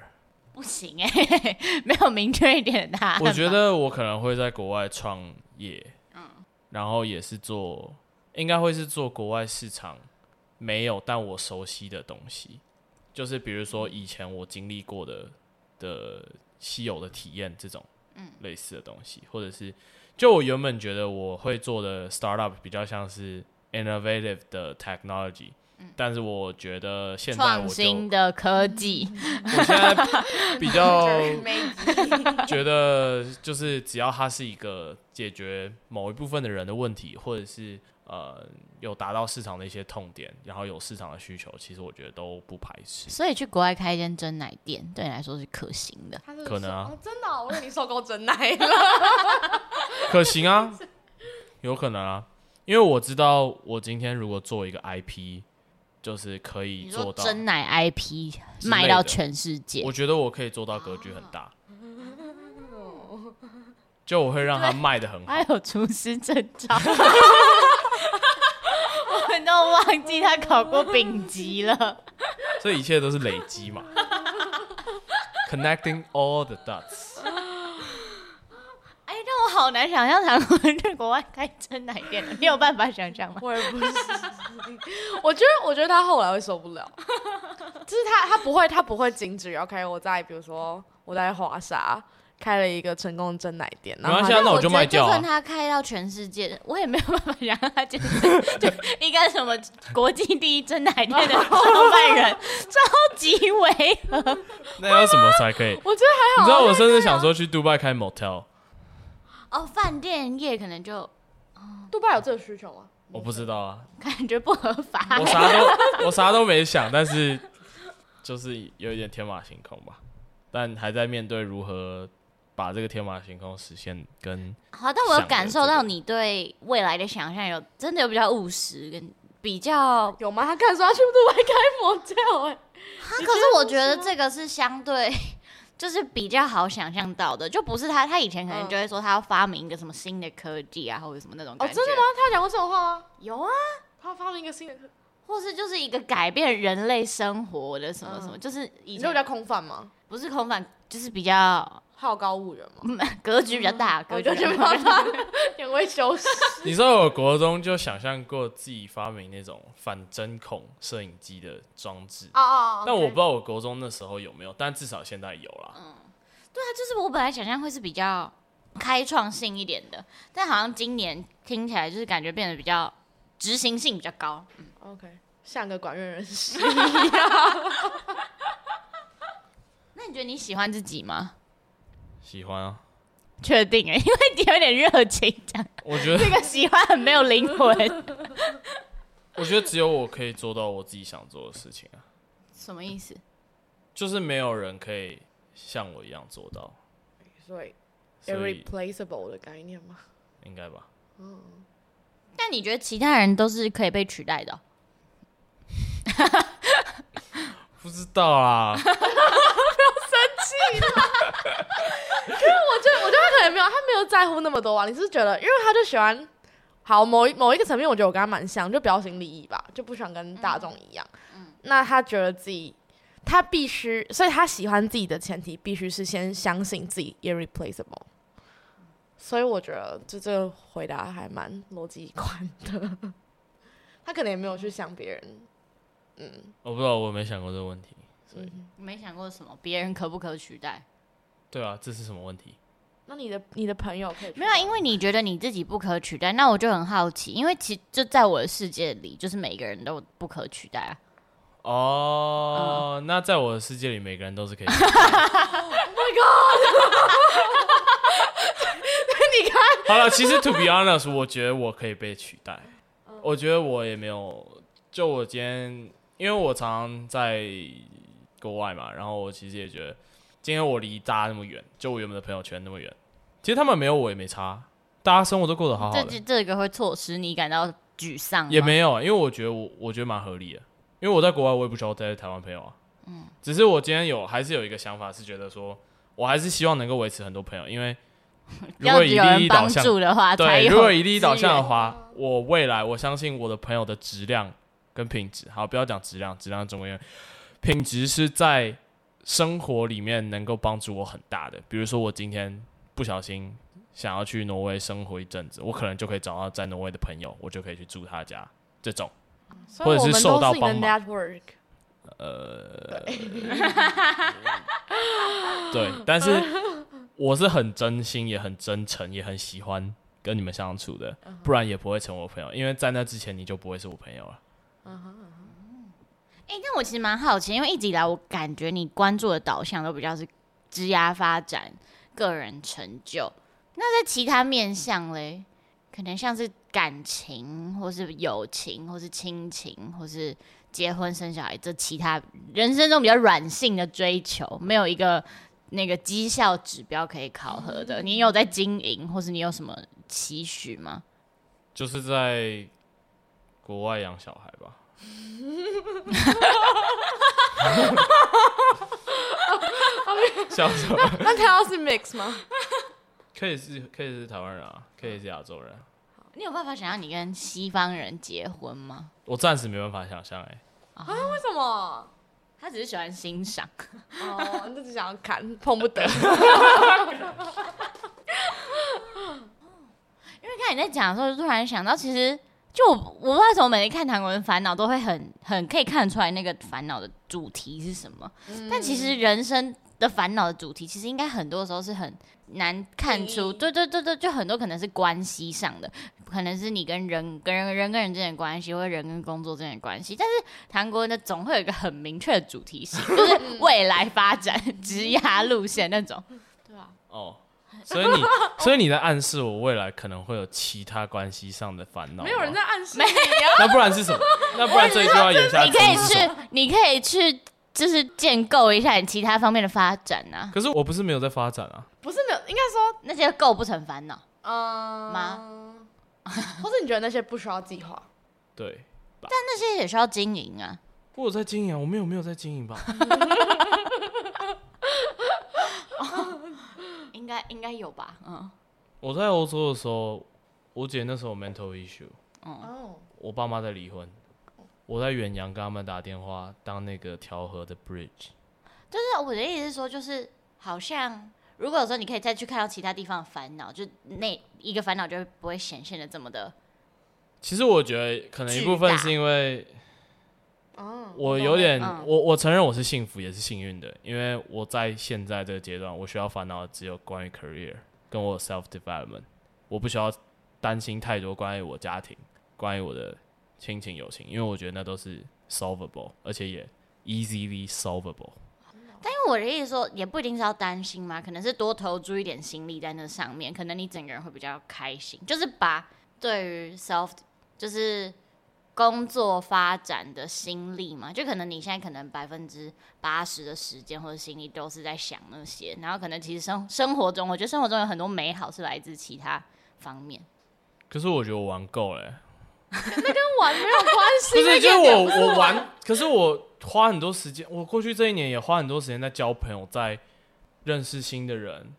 不行哎、 没有明确一点的答案吧。 我觉得我可能会在国外创业，嗯然后也是做，应该会是做国外市场没有但我熟悉的东西，就是比如嗯说以前我经历过的的稀有的体验这种，嗯类似的东西，或者是就我原本觉得我会做的 startup 比较像是 innovative 的 technology，、但是我觉得现嗯在创我就新的科技，我现在比 较 Maybe 觉得就是只要它是一个解决某一部分的人的问题，或者是呃有达到市场的一些痛点，然后有市场的需求，其实我觉得都不排 斥。所以去国外开一间真奶店，对你来说是可行的。他是可能啊说哦真的哦，我以为你受够真奶了。可行啊，有可能啊，因为我知道我今天如果做一个 IP，就是可以你做说到，真奶 IP 之类的卖到全世界我，觉得我可以做到格局很大， 就我会让它卖的很好还。有厨师证照， 我都忘记他考过丙级了。这一切都是累积嘛。Connecting all the dots， 哎，让我好难想象韩国人去国外开真奶店的，你有办法想象吗？ 我也不是， 我觉得我觉得他后来会受不了， 就是他他不会他不会禁止于 OK，我在比如说我在华沙开了一个成功的真奶店，然后没关他系啊 那我就觉得卖掉啊就算他开到全世界，我也没有办法想让他就是就一个什么国际第一真奶店的创办 人，超级违和。那要什么才可以？我觉得你知道我甚至想说去杜拜开 motel，哦，饭店业可能就还杜拜有这个需求吗？我不知道啊，感觉不合法。我啥都我啥都没想，但是就是有一点天马行空吧，但还在面对如何把这个天马行空实现跟 好，但我有想的感这受个到你对未来的想象有真的有比较务实跟比较，有吗？他刚才说他去杜拜开魔教、哎，他可是我觉得这个是相对。就是比较好想象到的，就不是他，他以前可能嗯就会说他要发明一个什么新的科技啊，或者什么那种哦，感觉。真的吗？？他有讲过这种话吗？有啊， 他发明一个新的科，或是就是一个改变人类生活的什么什么，就是以嗯你说比较前空泛吗？不是空泛，就是比较 好高骛远吗？格局比较大，嗯我格就局觉比得较大。他 很会修饰。你知道我国中就想象过自己发明那种反针孔摄影机的装置， 哦哦但我不知道我国中那时候有没有，但至少现在有啦。对啊，就是我本来想象会是比较开创性一点的，但好像今年听起来就是感觉变得比较执行性比较高。 OK，像个管乐人士。那你觉得你喜欢自己吗？喜欢啊，确定哎、因为你有点热情，讲我觉得这个喜欢很没有灵魂。我觉得只有我可以做到我自己想做的事情啊。 什么意思？就是没有人可以像我一样做到， 所以所以 irreplaceable 的概念嘛。应该吧？但你觉得其他人都是可以被取代的哦、不知道 啊，我觉得，我觉得他可能没有，他没有在乎那么多啊。你是觉得，因为他就喜欢，好某一某一个层面，我觉得我跟他蛮像，就表情礼仪吧，就不想跟大众一样。嗯那他觉得自己，他必须，所以他喜欢自己的前提，必须是先相信自己 irreplaceable。所以我觉得这这个回答还蛮逻辑宽的。 他可能也没有去想别人，我不知道，我没想过这个问题。你没想过什么别人可不可取代？对啊，这是什么问题？那你的你的朋友可以去没有啊，因为你觉得你自己不可取代，那我就很好奇，因为其就在我的世界里，就是每个人都不可取代啊。哦、那在我的世界里，每个人都是可以。你看，好了，其实 to be honest，我觉得我可以被取代。我觉得我也没有，就我今天，因为我常常在国外嘛，然后我其实也觉得，今天我离大家那么远，就我原本的朋友圈那么远，其实他们没有我也没差，大家生活都过得好好这的这，这个会错失你感到沮丧吗，也没有，因为我觉得我我觉得蛮合理的，因为我在国外我也不需要在台湾朋友啊，嗯，只是我今天有还是有一个想法是觉得说，我还是希望能够维持很多朋友，因 为如要果以有利人益导帮向，助的话，啊才对，有如果以利益导资向的源话，我未来我相信我的朋友的质量跟品质，好，不要讲质量，质量重要，品质是在生活里面能够帮助我很大的。比如说我今天不小心想要去挪威生活一阵子，我可能就可以找到在挪威的朋友，我就可以去住他家这种。所以我或者们是受都到是你的帮忙 network。 对，但是我是很真心，也很真诚，也很喜欢跟你们相处的，嗯不然也不会成为我朋友，因为在那之前你就不会是我朋友了。哎、但我其实蛮好奇，因为一直以来我感觉你关注的导向都比较是职涯发展、个人成就，那在其他面向嘞，可能像是感情，或是友情，或是亲情，或是结婚生小孩这其他人生中比较软性的追求，没有一个那个绩效指标可以考核的。你有在经营，或是你有什么期许吗？就是在国外养小孩吧。笑什么？那他要是 mix 吗？可以是可以是台湾人啊，可以是亚洲人啊，你有办法想象你跟西方人结婚吗？我暂时没办法想象哎、啊为什么？他只是喜欢欣赏。 哦，你就只想要看，碰不得。因为看你在讲的时候，就突然想到，其实就我我不知道为什么每次看韩国人烦恼，都会很很可以看得出来那个烦恼的主题是什么。但其实人生的烦恼的主题，其实应该很多时候是很难看出。定对义对对对，就很多可能是关系上的，可能是你跟人跟人人跟人之间的关系，或者人跟工作之间的关系。但是韩国人的总会有一个很明确的主题性， 就是未来发展、职涯路线那种。哦，所以 你所以你在暗示我未来可能会有其他关系上的烦恼吗，没有人在暗示你呀、那不然是 什么？那不然这一句话言下你之可以意是什么？去，你可以去，就是建构一下你其他方面的发展啊，可是我不是没有在发展啊，不是没有，应该说，那些构不成烦恼。嗯、吗 或者你觉得那些不需要计划？对，但那些也需要经营啊。我有在经营啊，我没有没有在经营吧？应该应该有吧，嗯，我在欧洲的时候，我姐那时候有 mental issue，嗯哦，我爸妈在离婚，我在远洋跟他们打电话当那个调和的 bridge。就是我的意思是说，就是好像如果有时候你可以再去看到其他地方的烦恼，就那一个烦恼就不会显现的这么的，其实我觉得可能一部分巨大是因为哦，我有点，懂嗯我我承认我是幸福也是幸运的，因为我在现在这个阶段，我需要烦恼的只有关于 career 跟我 self development，我不需要担心太多关于我家庭、关于我的亲情友情，因为我觉得那都是 solvable，而且也 easily solvable。但因为我的意思说，也不一定是要担心嘛，可能是多投注一点心力在那上面，可能你整个人会比较开心，就是把对于 self 就是工作发展的心力嘛，就可能你现在可能百分之八十的时间或者心力都是在想那些，然后可能其实生生活中，我觉得生活中有很多美好是来自其他方面。可是我觉得我玩够了、欸，跟玩没有关系。不是，就这是个我点不是我玩，可是我花很多时间，我过去这一年也花很多时间在交朋友，在认识新的人，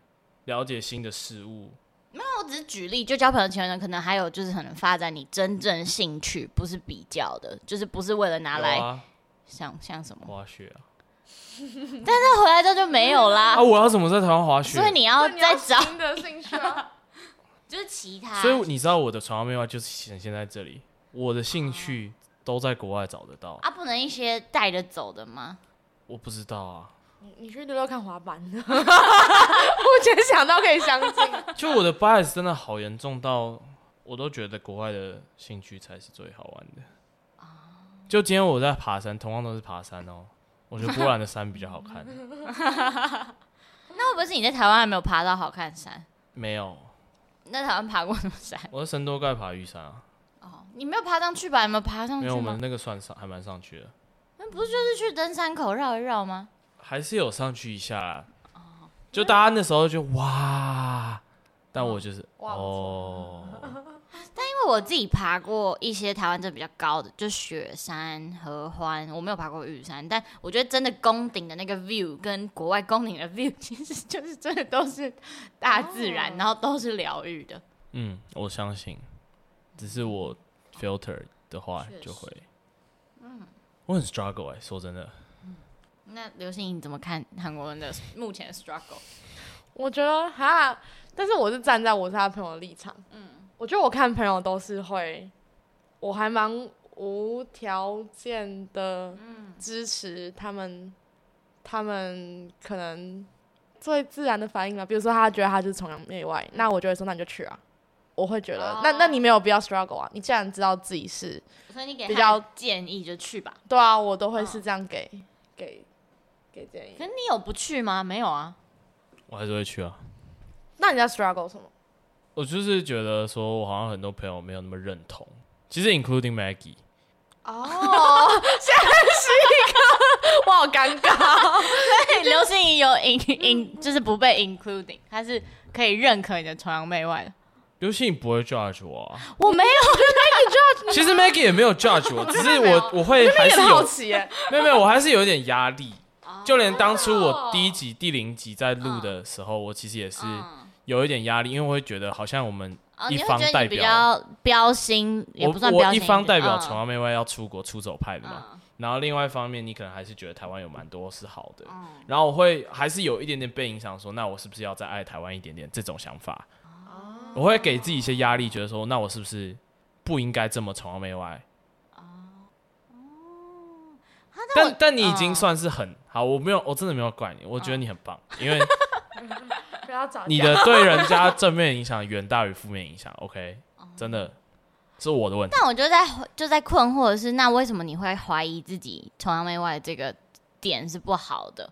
了解新的事物。那我只是举例，就交朋友前呢，可能还有就是可能发展你真正兴趣，不是比较的，就是不是为了拿有来啊，像像什么，滑雪啊！那回来这就没有啦啊，。我要怎么在台湾滑雪所？以你要对你要再哦找，新的兴趣啊。就是其他。所以你知道我的床上面外就是显现在这里，我的兴趣都在国外找得到。啊，不能一些带着走的吗？我不知道啊， 你你去溜溜看滑板， 目前想到可以相信。就我的 bias 真的好严重到，我都觉得国外的兴趣才是最好玩的。就今天我在爬山，同样都是爬山哦，我觉得波兰的山比较好看。那会不会是你在台湾还没有爬到好看的山？没有，你在台湾爬过什么山？我在神多盖爬玉山啊，哦，你没有爬上去吧？你们爬上没去有，我吗们？那个算上还蛮上去的，那不是就是去登山口绕一绕吗？还是有上去一下啦。就大家那时候就哇，但我就是哇哦，因为我自己爬过一些台湾这比较高的，就雪山、合欢，我没有爬过玉山，但我觉得真的宫顶的那个 view 跟国外宫顶的 view，其实就是真的都是大自然，哦然后都是疗愈的。嗯，我相信，只是我 filter 的话确就会实，我很 struggle 哎、说真的，那刘欣你怎么看韩国人的目前的 struggle？我觉得哈，但是我是站在我是他朋友的立场，嗯，我觉得我看朋友都是会，我还蛮无条件的支持他们，他们可能最自然的反应了，比如说他觉得他就是崇洋媚外，那我就会说那你就去啊。我会觉得那那你没有必要 struggle 啊！你既然知道自己是所以你给比他较的建议就去吧。对啊，我都会是这样给、给给建可是议。你有不去吗？没有啊。我还是会去啊。那你在 struggle 什么？我就是觉得说，我好像很多朋友没有那么认同，其实 including Maggie，哦，现在是一个，我好尴 尬。刘心怡有啊嗯 in in 就是不被 including，她是可以认可你的崇洋媚外的。尤其你不会 judge 我、啊，我没有，其实 Maggie 也没有 judge 我，只是我我会还是很好有奇耶，没有没有，我还是有一点压力。哦就连当初我第一集、第零集在录的时候，我其实也是嗯有一点压力，因为我会觉得好像我们哦，一你会方觉得代你比表较标新，也我不算我标一新，方代表嗯崇洋媚外要出国出走派的嘛，嗯然后另外一方面你可能还是觉得台湾有蛮多是好哦的，嗯然后我会还是有一点点被影响，说那我是不是要再爱台湾一点点这种想法，我会给自己一些压力，觉得说那我是不是不应该这么崇洋媚外？但但你已经算是很好，我没有，我真的没有怪你，我觉得你很棒，因为不要找你的对人家正面影响远大于负面影响。OK，真的是我的问题。但我就在就在困惑的是，那为什么你会怀疑自己崇洋媚外这个点是不好的？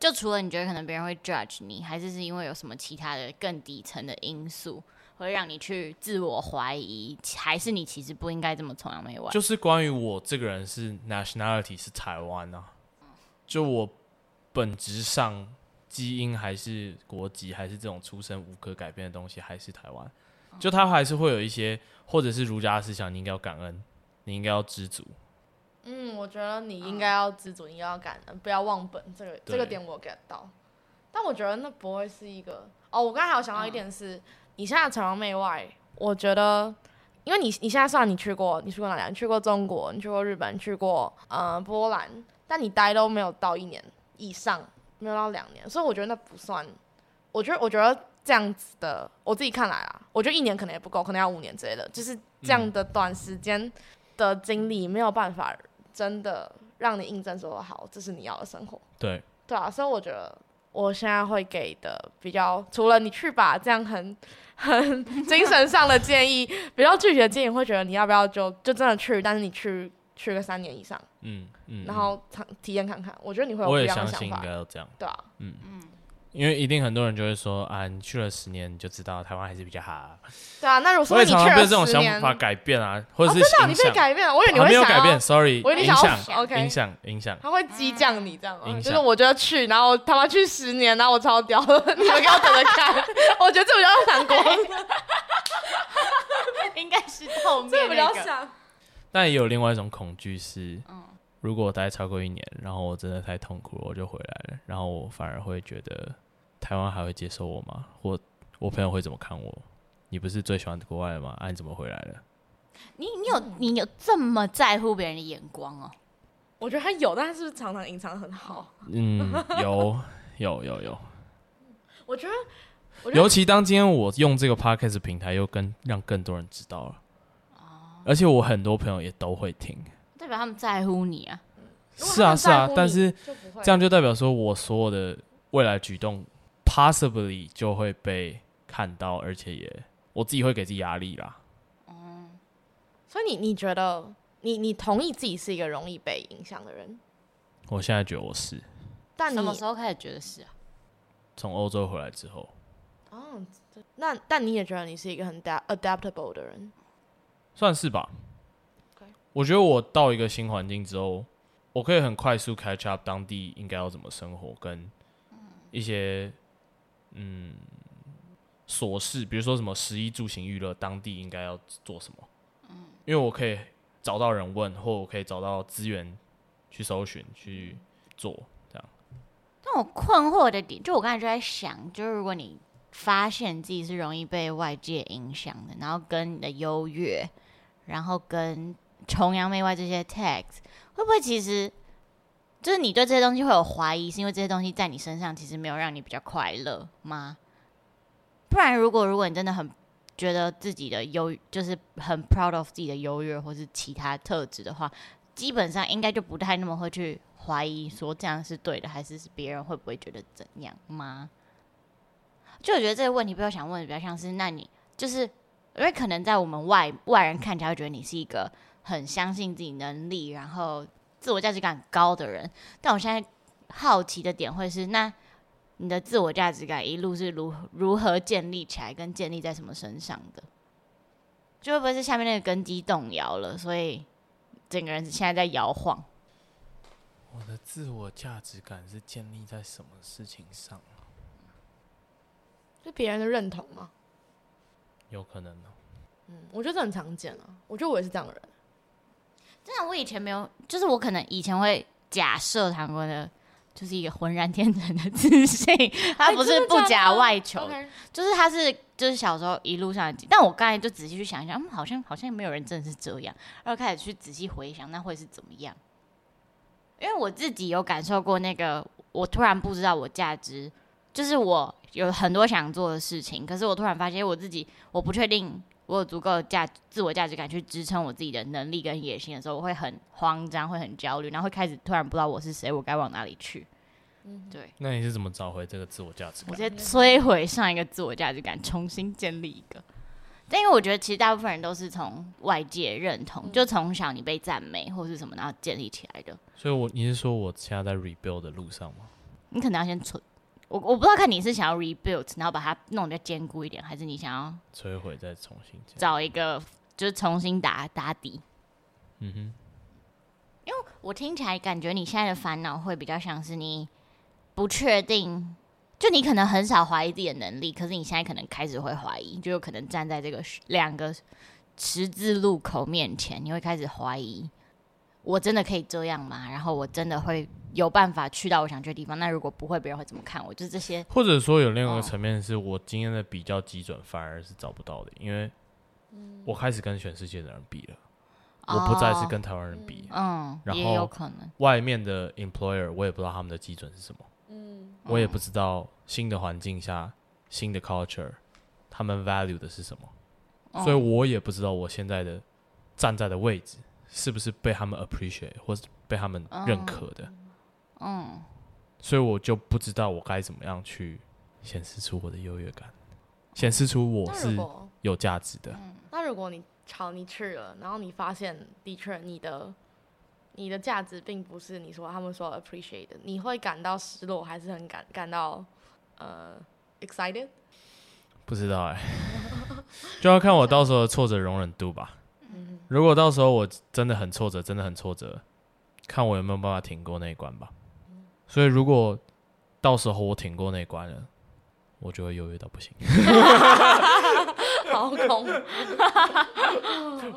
就除了你觉得可能别人会 judge 你，还是是因为有什么其他的更底层的因素，会让你去自我怀疑，还是你其实不应该这么崇洋媚外？就是关于我这个人是 nationality 是台湾啊，就我本质上基因还是国籍还是这种出身无可改变的东西还是台湾，哦就他还是会有一些或者是儒家的思想，你应该要感恩，你应该要知足。嗯，我觉得你应该要知足，你应该要感恩，不要忘本。这个这个点我 get 到，但我觉得那不会是一个哦。我刚才还有想到一点是，你现在崇洋媚外，我觉得，因为你你现在算你去过，你去过哪里啊？你去过中国，你去过日本，你去过呃波兰，但你待都没有到一年以上，没有到两年，所以我觉得那不算。我觉得我觉得这样子的，我自己看来啊，我觉得一年可能也不够，可能要五年之类的，就是这样的短时间的经历没有办法真的让你印证说好，这是你要的生活。对，对啊，所以我觉得我现在会给的比较，除了你去吧这样很很精神上的建议，比较具体的建议，会觉得你要不要就就真的去，但是你去去个三年以上，嗯嗯，然后尝体验看看，我觉得你会嗯有不我一也样的相想信应法该，要这样。对啊，因为一定很多人就会说啊，你去了十年你就知道台湾还是比较好 啊，对啊，那如果所说以你去常常被了这种十想年，法改变啊，或者哦，是真的哦、影你被响。改变了，我以为你啊会没有想改要变，sorry，我以为你影想要响想，OK 影响影响。他会激将你这样吗影，响就是我觉得去，然后他妈去十年，然后我超屌，你们给我等着 看。我觉得这比较闪哎光，应该是后面、这那比个、较闪。但也有另外一种恐惧是，嗯如果我待超过一年，然后我真的太痛苦了，我就回来了，然后我反而会觉得台湾还会接受我吗？或我朋友会怎么看我？你不是最喜欢国外的吗？啊，你怎么回来了？你你有你有这么在乎别人的眼光哦？我觉得他有，但他是不是常常隐藏得很好？ 嗯，有有有有，我觉得，我觉尤得其当今天我用这个 podcast 平台，又跟让更多人知道了，哦而且我很多朋友也都会听，代表他们在乎你啊？如果是他啊们是啊在乎，但你是就不会这样就代表说我所有的未来举动 possibly 就会被看到，而且也我自己会给自己压力啦。所以你你觉得你你同意自己是一个容易被影响的人，我现在觉得我是但你什么时候开始觉得是啊？从欧洲回来之后，哦，那但你也觉得你是一个很 da- adaptable 的人，算是吧 OK。我觉得我到一个新环境之后，我可以很快速 catch up 当地应该要怎么生活，跟一些嗯琐事，比如说什么食衣住行娱乐，当地应该要做什么。因为我可以找到人问，或我可以找到资源去搜寻去做。这样但我困惑的点，就我刚才就在想，就是如果你发现自己是容易被外界影响的，然后跟你的优越，然后跟崇洋媚外这些 tags，会不会其实就是你对这些东西会有怀疑，是因为这些东西在你身上其实没有让你比较快乐吗？不然，如果如果你真的很觉得自己的优，就是很 proud of 自己的优越或是其他特质的话，基本上应该就不太那么会去怀疑说这样是对的，还是是别人会不会觉得怎样吗？就我觉得这个问题比较想问的比较像是，那你就是因为可能在我们外外人看起来会觉得你是一个很相信自己能力，然后自我价值感很高的人，但我现在好奇的点会是，那你的自我价值感一路是如如何建立起来，跟建立在什么身上的？就会不会是下面那个根基动摇了，所以整个人现在在摇晃。我的自我价值感是建立在什么事情上？是别人的认同吗？有可能哦呢、嗯，我觉得这很常见啊，我觉得我也是这样的人。真的，我以前没有，就是我可能以前会假设韩国的就是一个浑然天成的自 信，他不是不哎假外求， OK，就是他是就是小时候一路上的经，但我刚才就仔细去想一想，嗯，好像好像没有人真的是这样，然后开始去仔细回想那会是怎么样，因为我自己有感受过那个，我突然不知道我价值，就是我有很多想做的事情，可是我突然发现哎我自己我不确定我有足够的价自我价值感去支撑我自己的能力跟野心的时候，我会很慌张，会很焦虑，然后会开始突然不知道我是谁，我该往哪里去。对，那你是怎么找回这个自我价值我感？觉得摧毁上一个自我价值感，重新建立一个。但因为我觉得，其实大部分人都是从外界认同，就从小你被赞美或是什么，然后建立起来的。所以我你是说我现在在 rebuild 的路上吗？你可能要先存，我我不知道看你是想要 rebuild，然后把它弄得坚固一点，还是你想要摧毁再重新建立找一个就是重新打打底。嗯哼。我听起来感觉你现在的烦恼会比较像是你不确定，就你可能很少怀疑自己的能力，可是你现在可能开始会怀疑，就有可能站在这个十两个十字路口面前，你会开始怀疑，我真的可以这样吗？然后我真的会有办法去到我想去的地方？那如果不会，别人会怎么看我？就这些，或者说有另外一哦个层面是我今天的比较基准反而是找不到的，因为嗯我开始跟全世界的人比了，我不再是跟台湾人比，哦啊嗯，然也有后可能，外面的 employer 我也不知道他们的基准是什么，嗯我也不知道新的环境下新的 culture 他们 value 的是什么，哦所以嗯我也不知道我现在的站在的位置是不是被他们 appreciate 或是被他们认可的，哦嗯，所以我就不知道我该怎么样去显示出我的优越感，显示出我那如是果有价值的。那如果你朝你去了，然后你发现的确你的你的价值并不是你说他们说 appreciate 的，你会感到失落，还是很感感到呃 excited？不知道哎、就要看我到时候的挫折容忍度吧。如果到时候我真的很挫折，真的很挫折，看我有没有办法挺过那一关吧。所以如果到时候我挺过那一关了，我就会优越到 不行。好恐怖，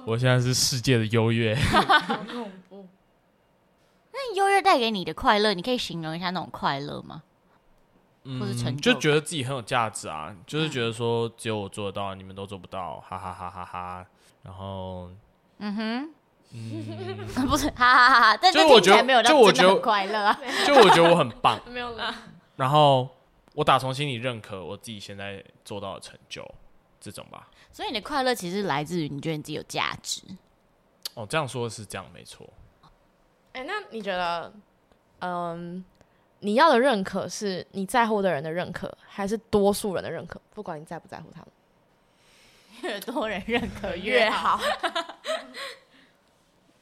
我现在是世界的优越，好恐怖。那优越带给你的快乐，你可以形容一下那种快乐吗？或是成就嗯就觉得自己很有价值啊，就是觉得说只有我做得到，你们都做不到，哈哈哈哈哈。然后嗯哼， 不是，哈哈哈哈！但就这听我起觉来得没有就我到真觉的得很快乐 啊。就我觉得我很棒， 没有 了，然后我打从心里认可我自己现在做到的成就，这种吧。所以你的快乐其实来自于你觉得你自己有价值。哦，这样说是这样没错。哎、那你觉得，嗯，你要的认可是你在乎的人的认可，还是多数人的认可？不管你在不在乎他们，越多人认可 越。好。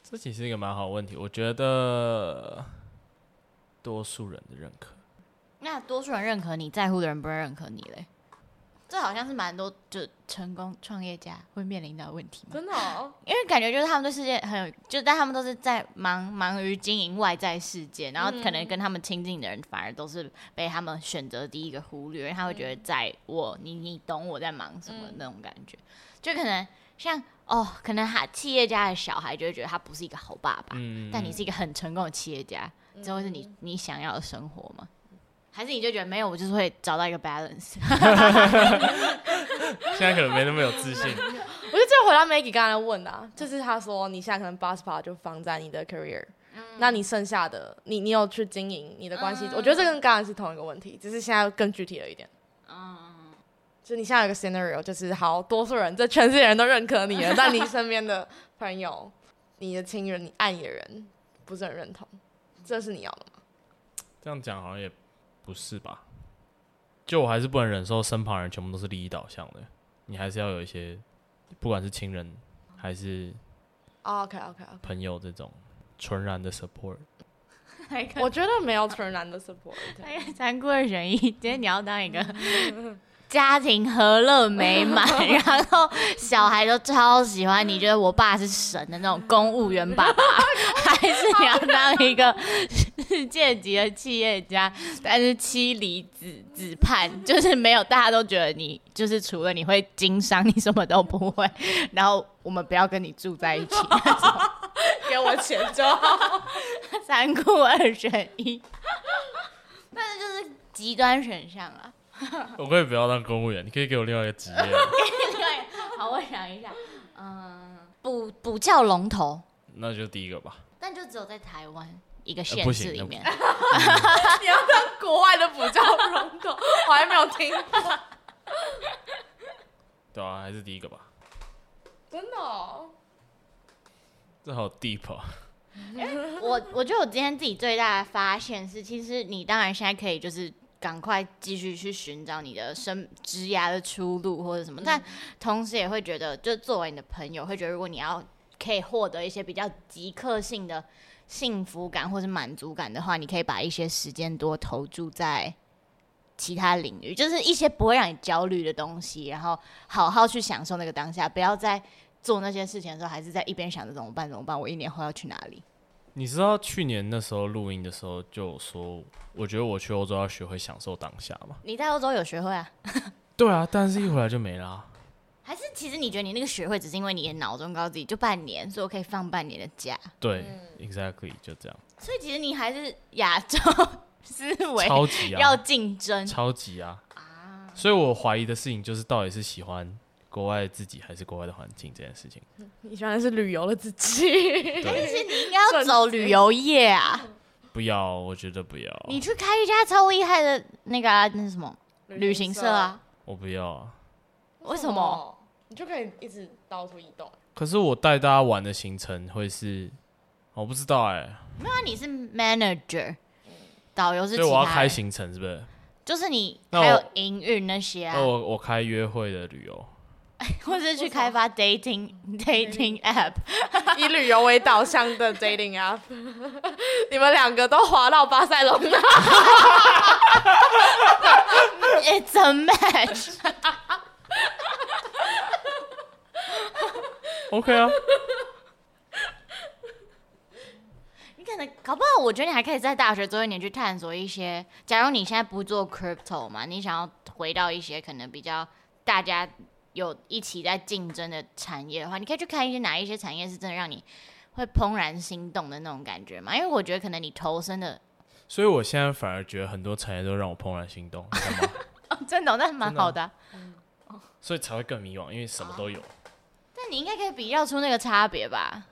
这其实是一个蛮好的问题，我觉得多数人的认可，那多数人认可你，在乎的人不会认可你嘞。这好像是蛮多就成功创业家会面临到的问题嘛，真的、哦，因为感觉就是他们对世界很有，就但他们都是在忙忙于经营外在世界，然后可能跟他们亲近的人反而都是被他们选择第一个忽略，因为他会觉得在我你你懂我在忙什么那种感觉，就可能像哦，可能他企业家的小孩就会觉得他不是一个好爸爸，嗯，啊但你是一个很成功的企业家，这会是你你想要的生活吗？还是你就觉得没有，我就是会找到一个 balance？嗯现在可能没那么有自 信。我就这回答 Maggie 刚才问的、啊，就是他说你现在可能八十趴就放在你的 career，、那你剩下的你你有去经营你的关系，我觉得这跟刚才是同一个问题，只是现在更具体了一点。就你现在有一个 scenario，就是好多数人，这全世界人都认可你了，但你身边的朋友、你的亲人、你爱你的人不是很认同，这是你要的吗？这样讲好像也不是吧？就我还是不能忍受身旁人全部都是利益导向的，你还是要有一些，不管是亲人还是哦 OK OK OK，朋友这种纯然的 support。 我觉得没有纯然的 support，哎呀，残酷二选一，今天你要当一个嗯家庭和乐美 满，然后小孩都超喜欢你，觉得我爸是神的那种公务员爸 爸，还是你要当一个世界级的企业家，但是妻离子子叛，就是没有大家都觉得你就是除了你会经商，你什么都不会，然后我们不要跟你住在 一起，给我钱就好。残酷二选一，但是就是极端选项啊。 我可以不要当公务员，你可以给我另外一个职业。啊对，好，我想一下，嗯，补补教龙头， 那就第一个吧，但就只有在台湾一个呃不县行市里那不面。你要当国外的补教龙头，我还没有听过。对啊，还是第一个吧。真的、哦？这好 deep 啊！我我觉得我今天自己最大的发现是，其实你当然现在可以就是赶快继续去寻找你的生职涯的出路或者什么，但同时也会觉得，就作为你的朋友，会觉得如果你要可以获得一些比较即刻性的幸福感或是满足感的话，你可以把一些时间多投注在。其他领域就是一些不会让你焦虑的东西，然后好好去享受那个当下，不要在做那些事情的时候，还是在一边想着怎么办怎么办，我一年后要去哪里。你知道去年那时候录音的时候就有说，我觉得我去欧洲要学会享受当下嘛。你在欧洲有学会啊？对啊，但是一回来就没啦、还是其实你觉得你那个学会只是因为你的脑中告诉自己就半年，所以我可以放半年的假，对、e 嗯 x a c t l y 就这样，所以其实你还是亚洲思维超级啊，要竞争。 超级啊！所以我怀疑的事情就是，到底是喜欢国外的自己，还是国外的环境这件事 情。你喜欢的是旅游的自己，但是你应该要走旅游业啊！不要，我觉得不要，你去开一家超厉害的那个、啊、那是什么旅行社啊？我不要啊。为什么？？你就可以一直到处移动。可是我带大家玩的行程会是，我不知道哎、那你是 manager，导游是所其以他人我要开行程是不是？就是你那我哦还有营运那些啊那，我我开约会的旅游，或者是去开发 dating dating app。以旅游为导向的啊 dating app，你们两个都滑到巴塞隆纳。 It's a match。 OK 啊， 你可能搞不好，我觉得你还可以在大学最后一年去探索一些。假如你现在不做 crypto 嘛，你想要回到一些可能比较大家有一起在竞争的产业的话，你可以去看一些哪一些产业是真的让你会怦然心动的那种感觉嘛。因为我觉得可能你投身的，所以我现在反而觉得很多产业都让我怦然心动，你知道吗？哦、真的哦、那蛮好的啊、所以才会更迷惘，因为什么都有。但你应该可以比较出那个差别吧？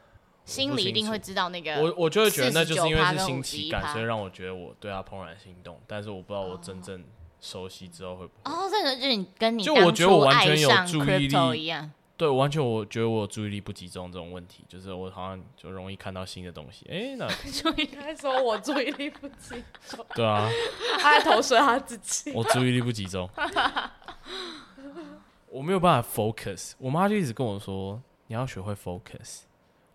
心里一定会知道那个。我我就会觉得那就是因为49%是跟新奇感， 51%所以让我觉得我对它怦然心动。但是我不知道我真正熟悉之后会不会，哦，这个就是你跟你就我觉得我当初完全有爱上注意力 crypto 一样。对，完全我觉得我有注意力不集中这种问题，就是我好像就容易看到新的东西。哎，那应该说我注意力不集中，对啊，他在投射他自己。 我注意力不集中，我没有办法 focus。我妈就一直跟我说，你要学会 focus。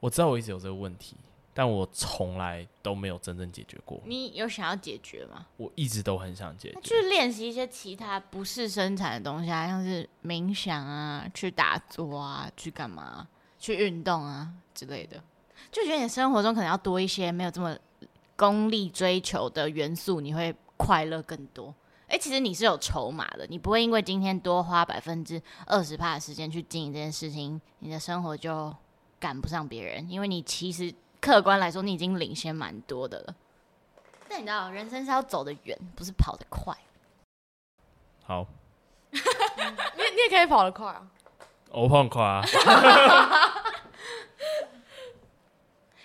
我知道我一直有这个问题，但我从来都没有真正解决过。你有想要解决吗？我一直都很想解那决。去练习一些其他不是生产的东西啊，像是冥想啊、去打坐啊、去干嘛啊、去运动啊之类的，就觉得你生活中可能要多一些没有这么功利追求的元素，你会快乐更多。哎、其实你是有筹码的，你不会因为今天多花百分之二十的时间去经营这件事情，你的生活就赶不上别人，因为你其实客观来说你已经领先蛮多的了。但你知道，人生是要走得远，不是跑得快。好，你也你也可以跑得快啊！我跑很快啊。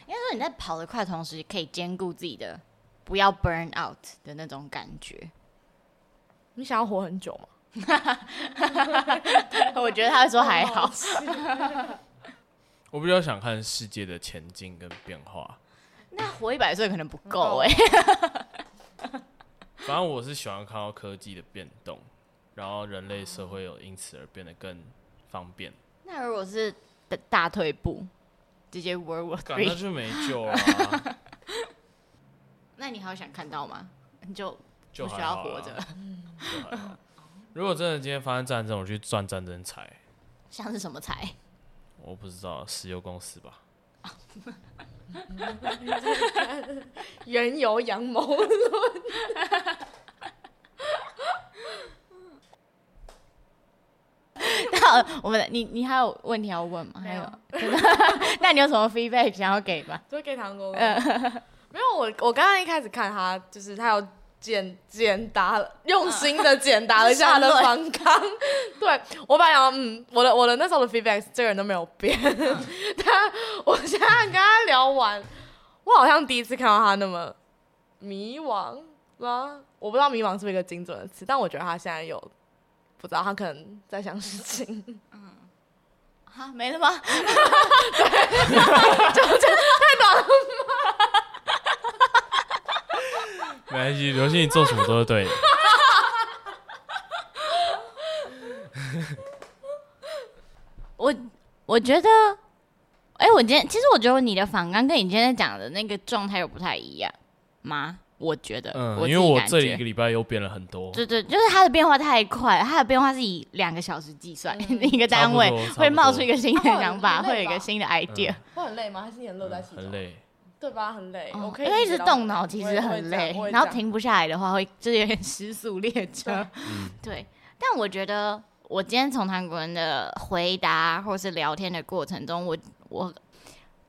应该说你在跑得快，同时可以兼顾自己的不要 burn out 的那种感 觉。你想要活很久吗？我觉得他会说还好，我比较想看世界的前进跟变化。 那活一百岁可能不够哎、反正我是喜欢看到科技的变动，然后人类社会有因此而变得更方便。 那如果是大大退步，直接 World War 感那 Three，就没 救啊了、那你还有想看到吗？你就就不需还要好啊活啦着。 就还好哎如果真的今天发生战争，我去赚战争财，像是什么财？我不知道石油公司吧。原油阳谋， 那我们你你还有问题要问吗？没还有有，真的 那你有什么 feedback 想要给吗？就给糖果。没有，我我刚刚一开始看他，就是他有简简答了，用心的简答了一下他的反纲。 对我本来想，嗯，我的我的那时候的 feedback，是这个人都没有变。 他我现在跟他聊完，我好像第一次看到他那么迷惘吗？我不知道迷惘是不是一个精准的词，但我觉得他现在有。不知道他可能在想事情，啊，没了吗？没关系，刘星，你做什么都是对的。我我觉得，哎、我今天其实我觉得你的反纲跟你今天讲的那个状态又不太一样吗？我觉得，嗯，我因为我这里一个礼拜又变了很多。对对，就是它的变化太快了，它的变化是以两个小时计算、 一个单位嗯差不多差不多嗯会冒出一个新的它会很想法，哦很累吧会有一个新的 idea。会很累吗？还是你很乐在其中？很，累，对吧？很累。哦我可以因为一直理解到动脑其我也实很累我也这样我，也然后这样停不下来的话会就是有点失速 列车。 对，但我觉得我今天从韩国人的回答或是聊天的过程中，我我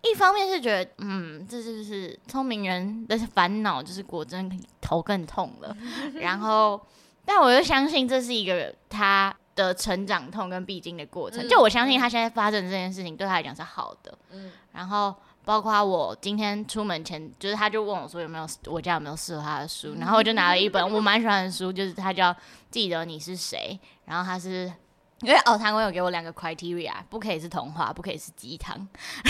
一方面是觉得，嗯，这就是聪明人的烦恼，就是果真头更痛 了。然后，但我又相信这是一个他的成长痛跟必经的过程。嗯就我相信他现在发生这件事情对他来讲是好的。嗯然后包括我今天出门前，就是他就问我说有没有我家有没有适合他的书，然后我就拿了一本我蛮喜欢的书，就是他叫《记得你是谁》，然后他是。因为哦，唐文有给我两个 criteria，不可以是童话，不可以是鸡汤。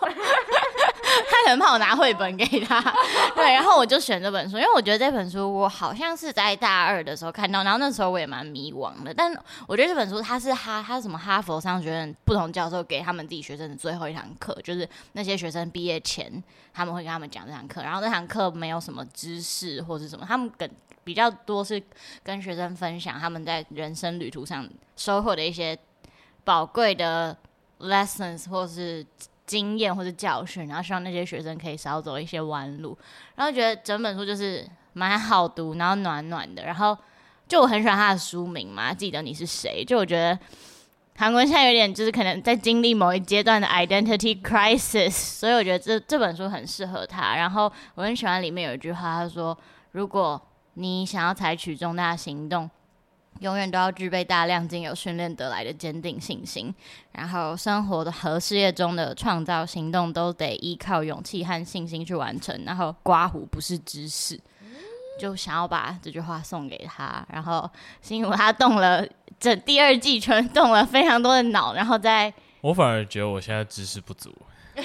他很怕我拿绘本给他，对，然后我就选这本书，因为我觉得这本书我好像是在大二的时候看到，然后那时候我也蛮迷惘的，但我觉得这本书它是哈，它是什么哈佛商学院不同教授给他们自己学生的最后一堂课，就是那些学生毕业前他们会跟他们讲这堂课，然后那堂课没有什么知识或是什么，他们跟比较多是跟学生分享他们在人生旅途上收获的一些宝贵的 lessons 或是经验或是教训，然后希望那些学生可以少走一些弯路。然后觉得整本书就是蛮好读，然后暖暖的，然后就我很喜欢他的书名嘛，《记得你是谁》。就我觉得韩国人现在有点就是可能在经历某一阶段的 identity crisis，所以我觉得这这本书很适合他。然后我很喜欢里面有一句话，他说：“如果你想要采取重大行动。”永远都要具备大量经由训练得来的坚定信心，然后生活的和事业中的创造行动都得依靠勇气和信心去完成。然后刮胡不是知识，就想要把这句话送给他。然后辛苦他动了这第二季，全动了非常多的脑，然后再我反而觉得我现在知识不足。他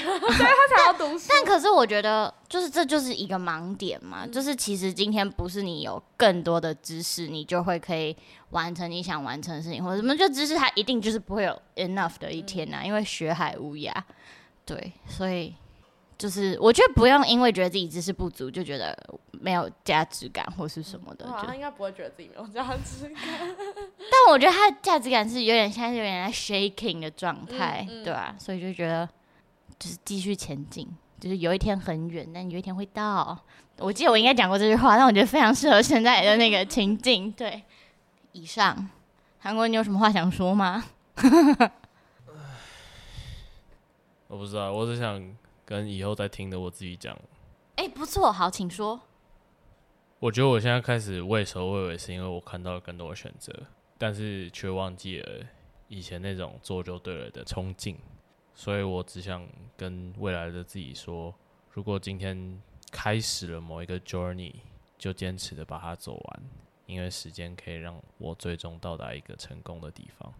才要读书。 但可是我觉得，就是这就是一个盲点嘛，就是其实今天不是你有更多的知识，你就会可以完成你想完成的事情，或者什么，就知识它一定就是不会有 enough 的一天呐、啊因为学海无涯。对，所以就是我觉得不用因为觉得自己知识不足就觉得没有价值感或是什么的，哇，就他应该不会觉得自己没有价值感。但我觉得它的价值感是有点现在有点在 shaking 的状态，嗯嗯对吧、所以就觉得就是继续前进，就是有一天很远，但有一天会到。我记得我应该讲过这句话，但我觉得非常适合现在的那个情境。对，以上，韩国，你有什么话想说吗？我不知道，我只想跟以后在听的我自己讲，哎、不错，好，请说。我觉得我现在开始畏首畏尾，是因为我看到了更多的选择，但是却忘记了以前那种做就对了的冲劲。所以我只想跟未来的自己说，如果今天开始了某一个 journey，就坚持的把它走完，因为时间可以让我最终到达一个成功的地方。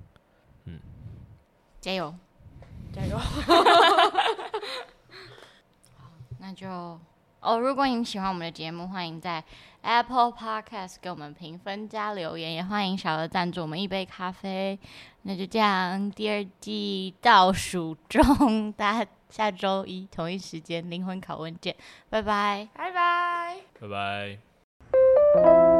加油！加油！那就哦，如果你们喜欢我们的节目，欢迎在 Apple Podcast 给我们评分加留言，也欢迎小额赞助我们一杯咖啡。那就这样，第二季倒数中， 大家下周一同一时间灵魂拷问见，拜拜。拜拜。拜拜。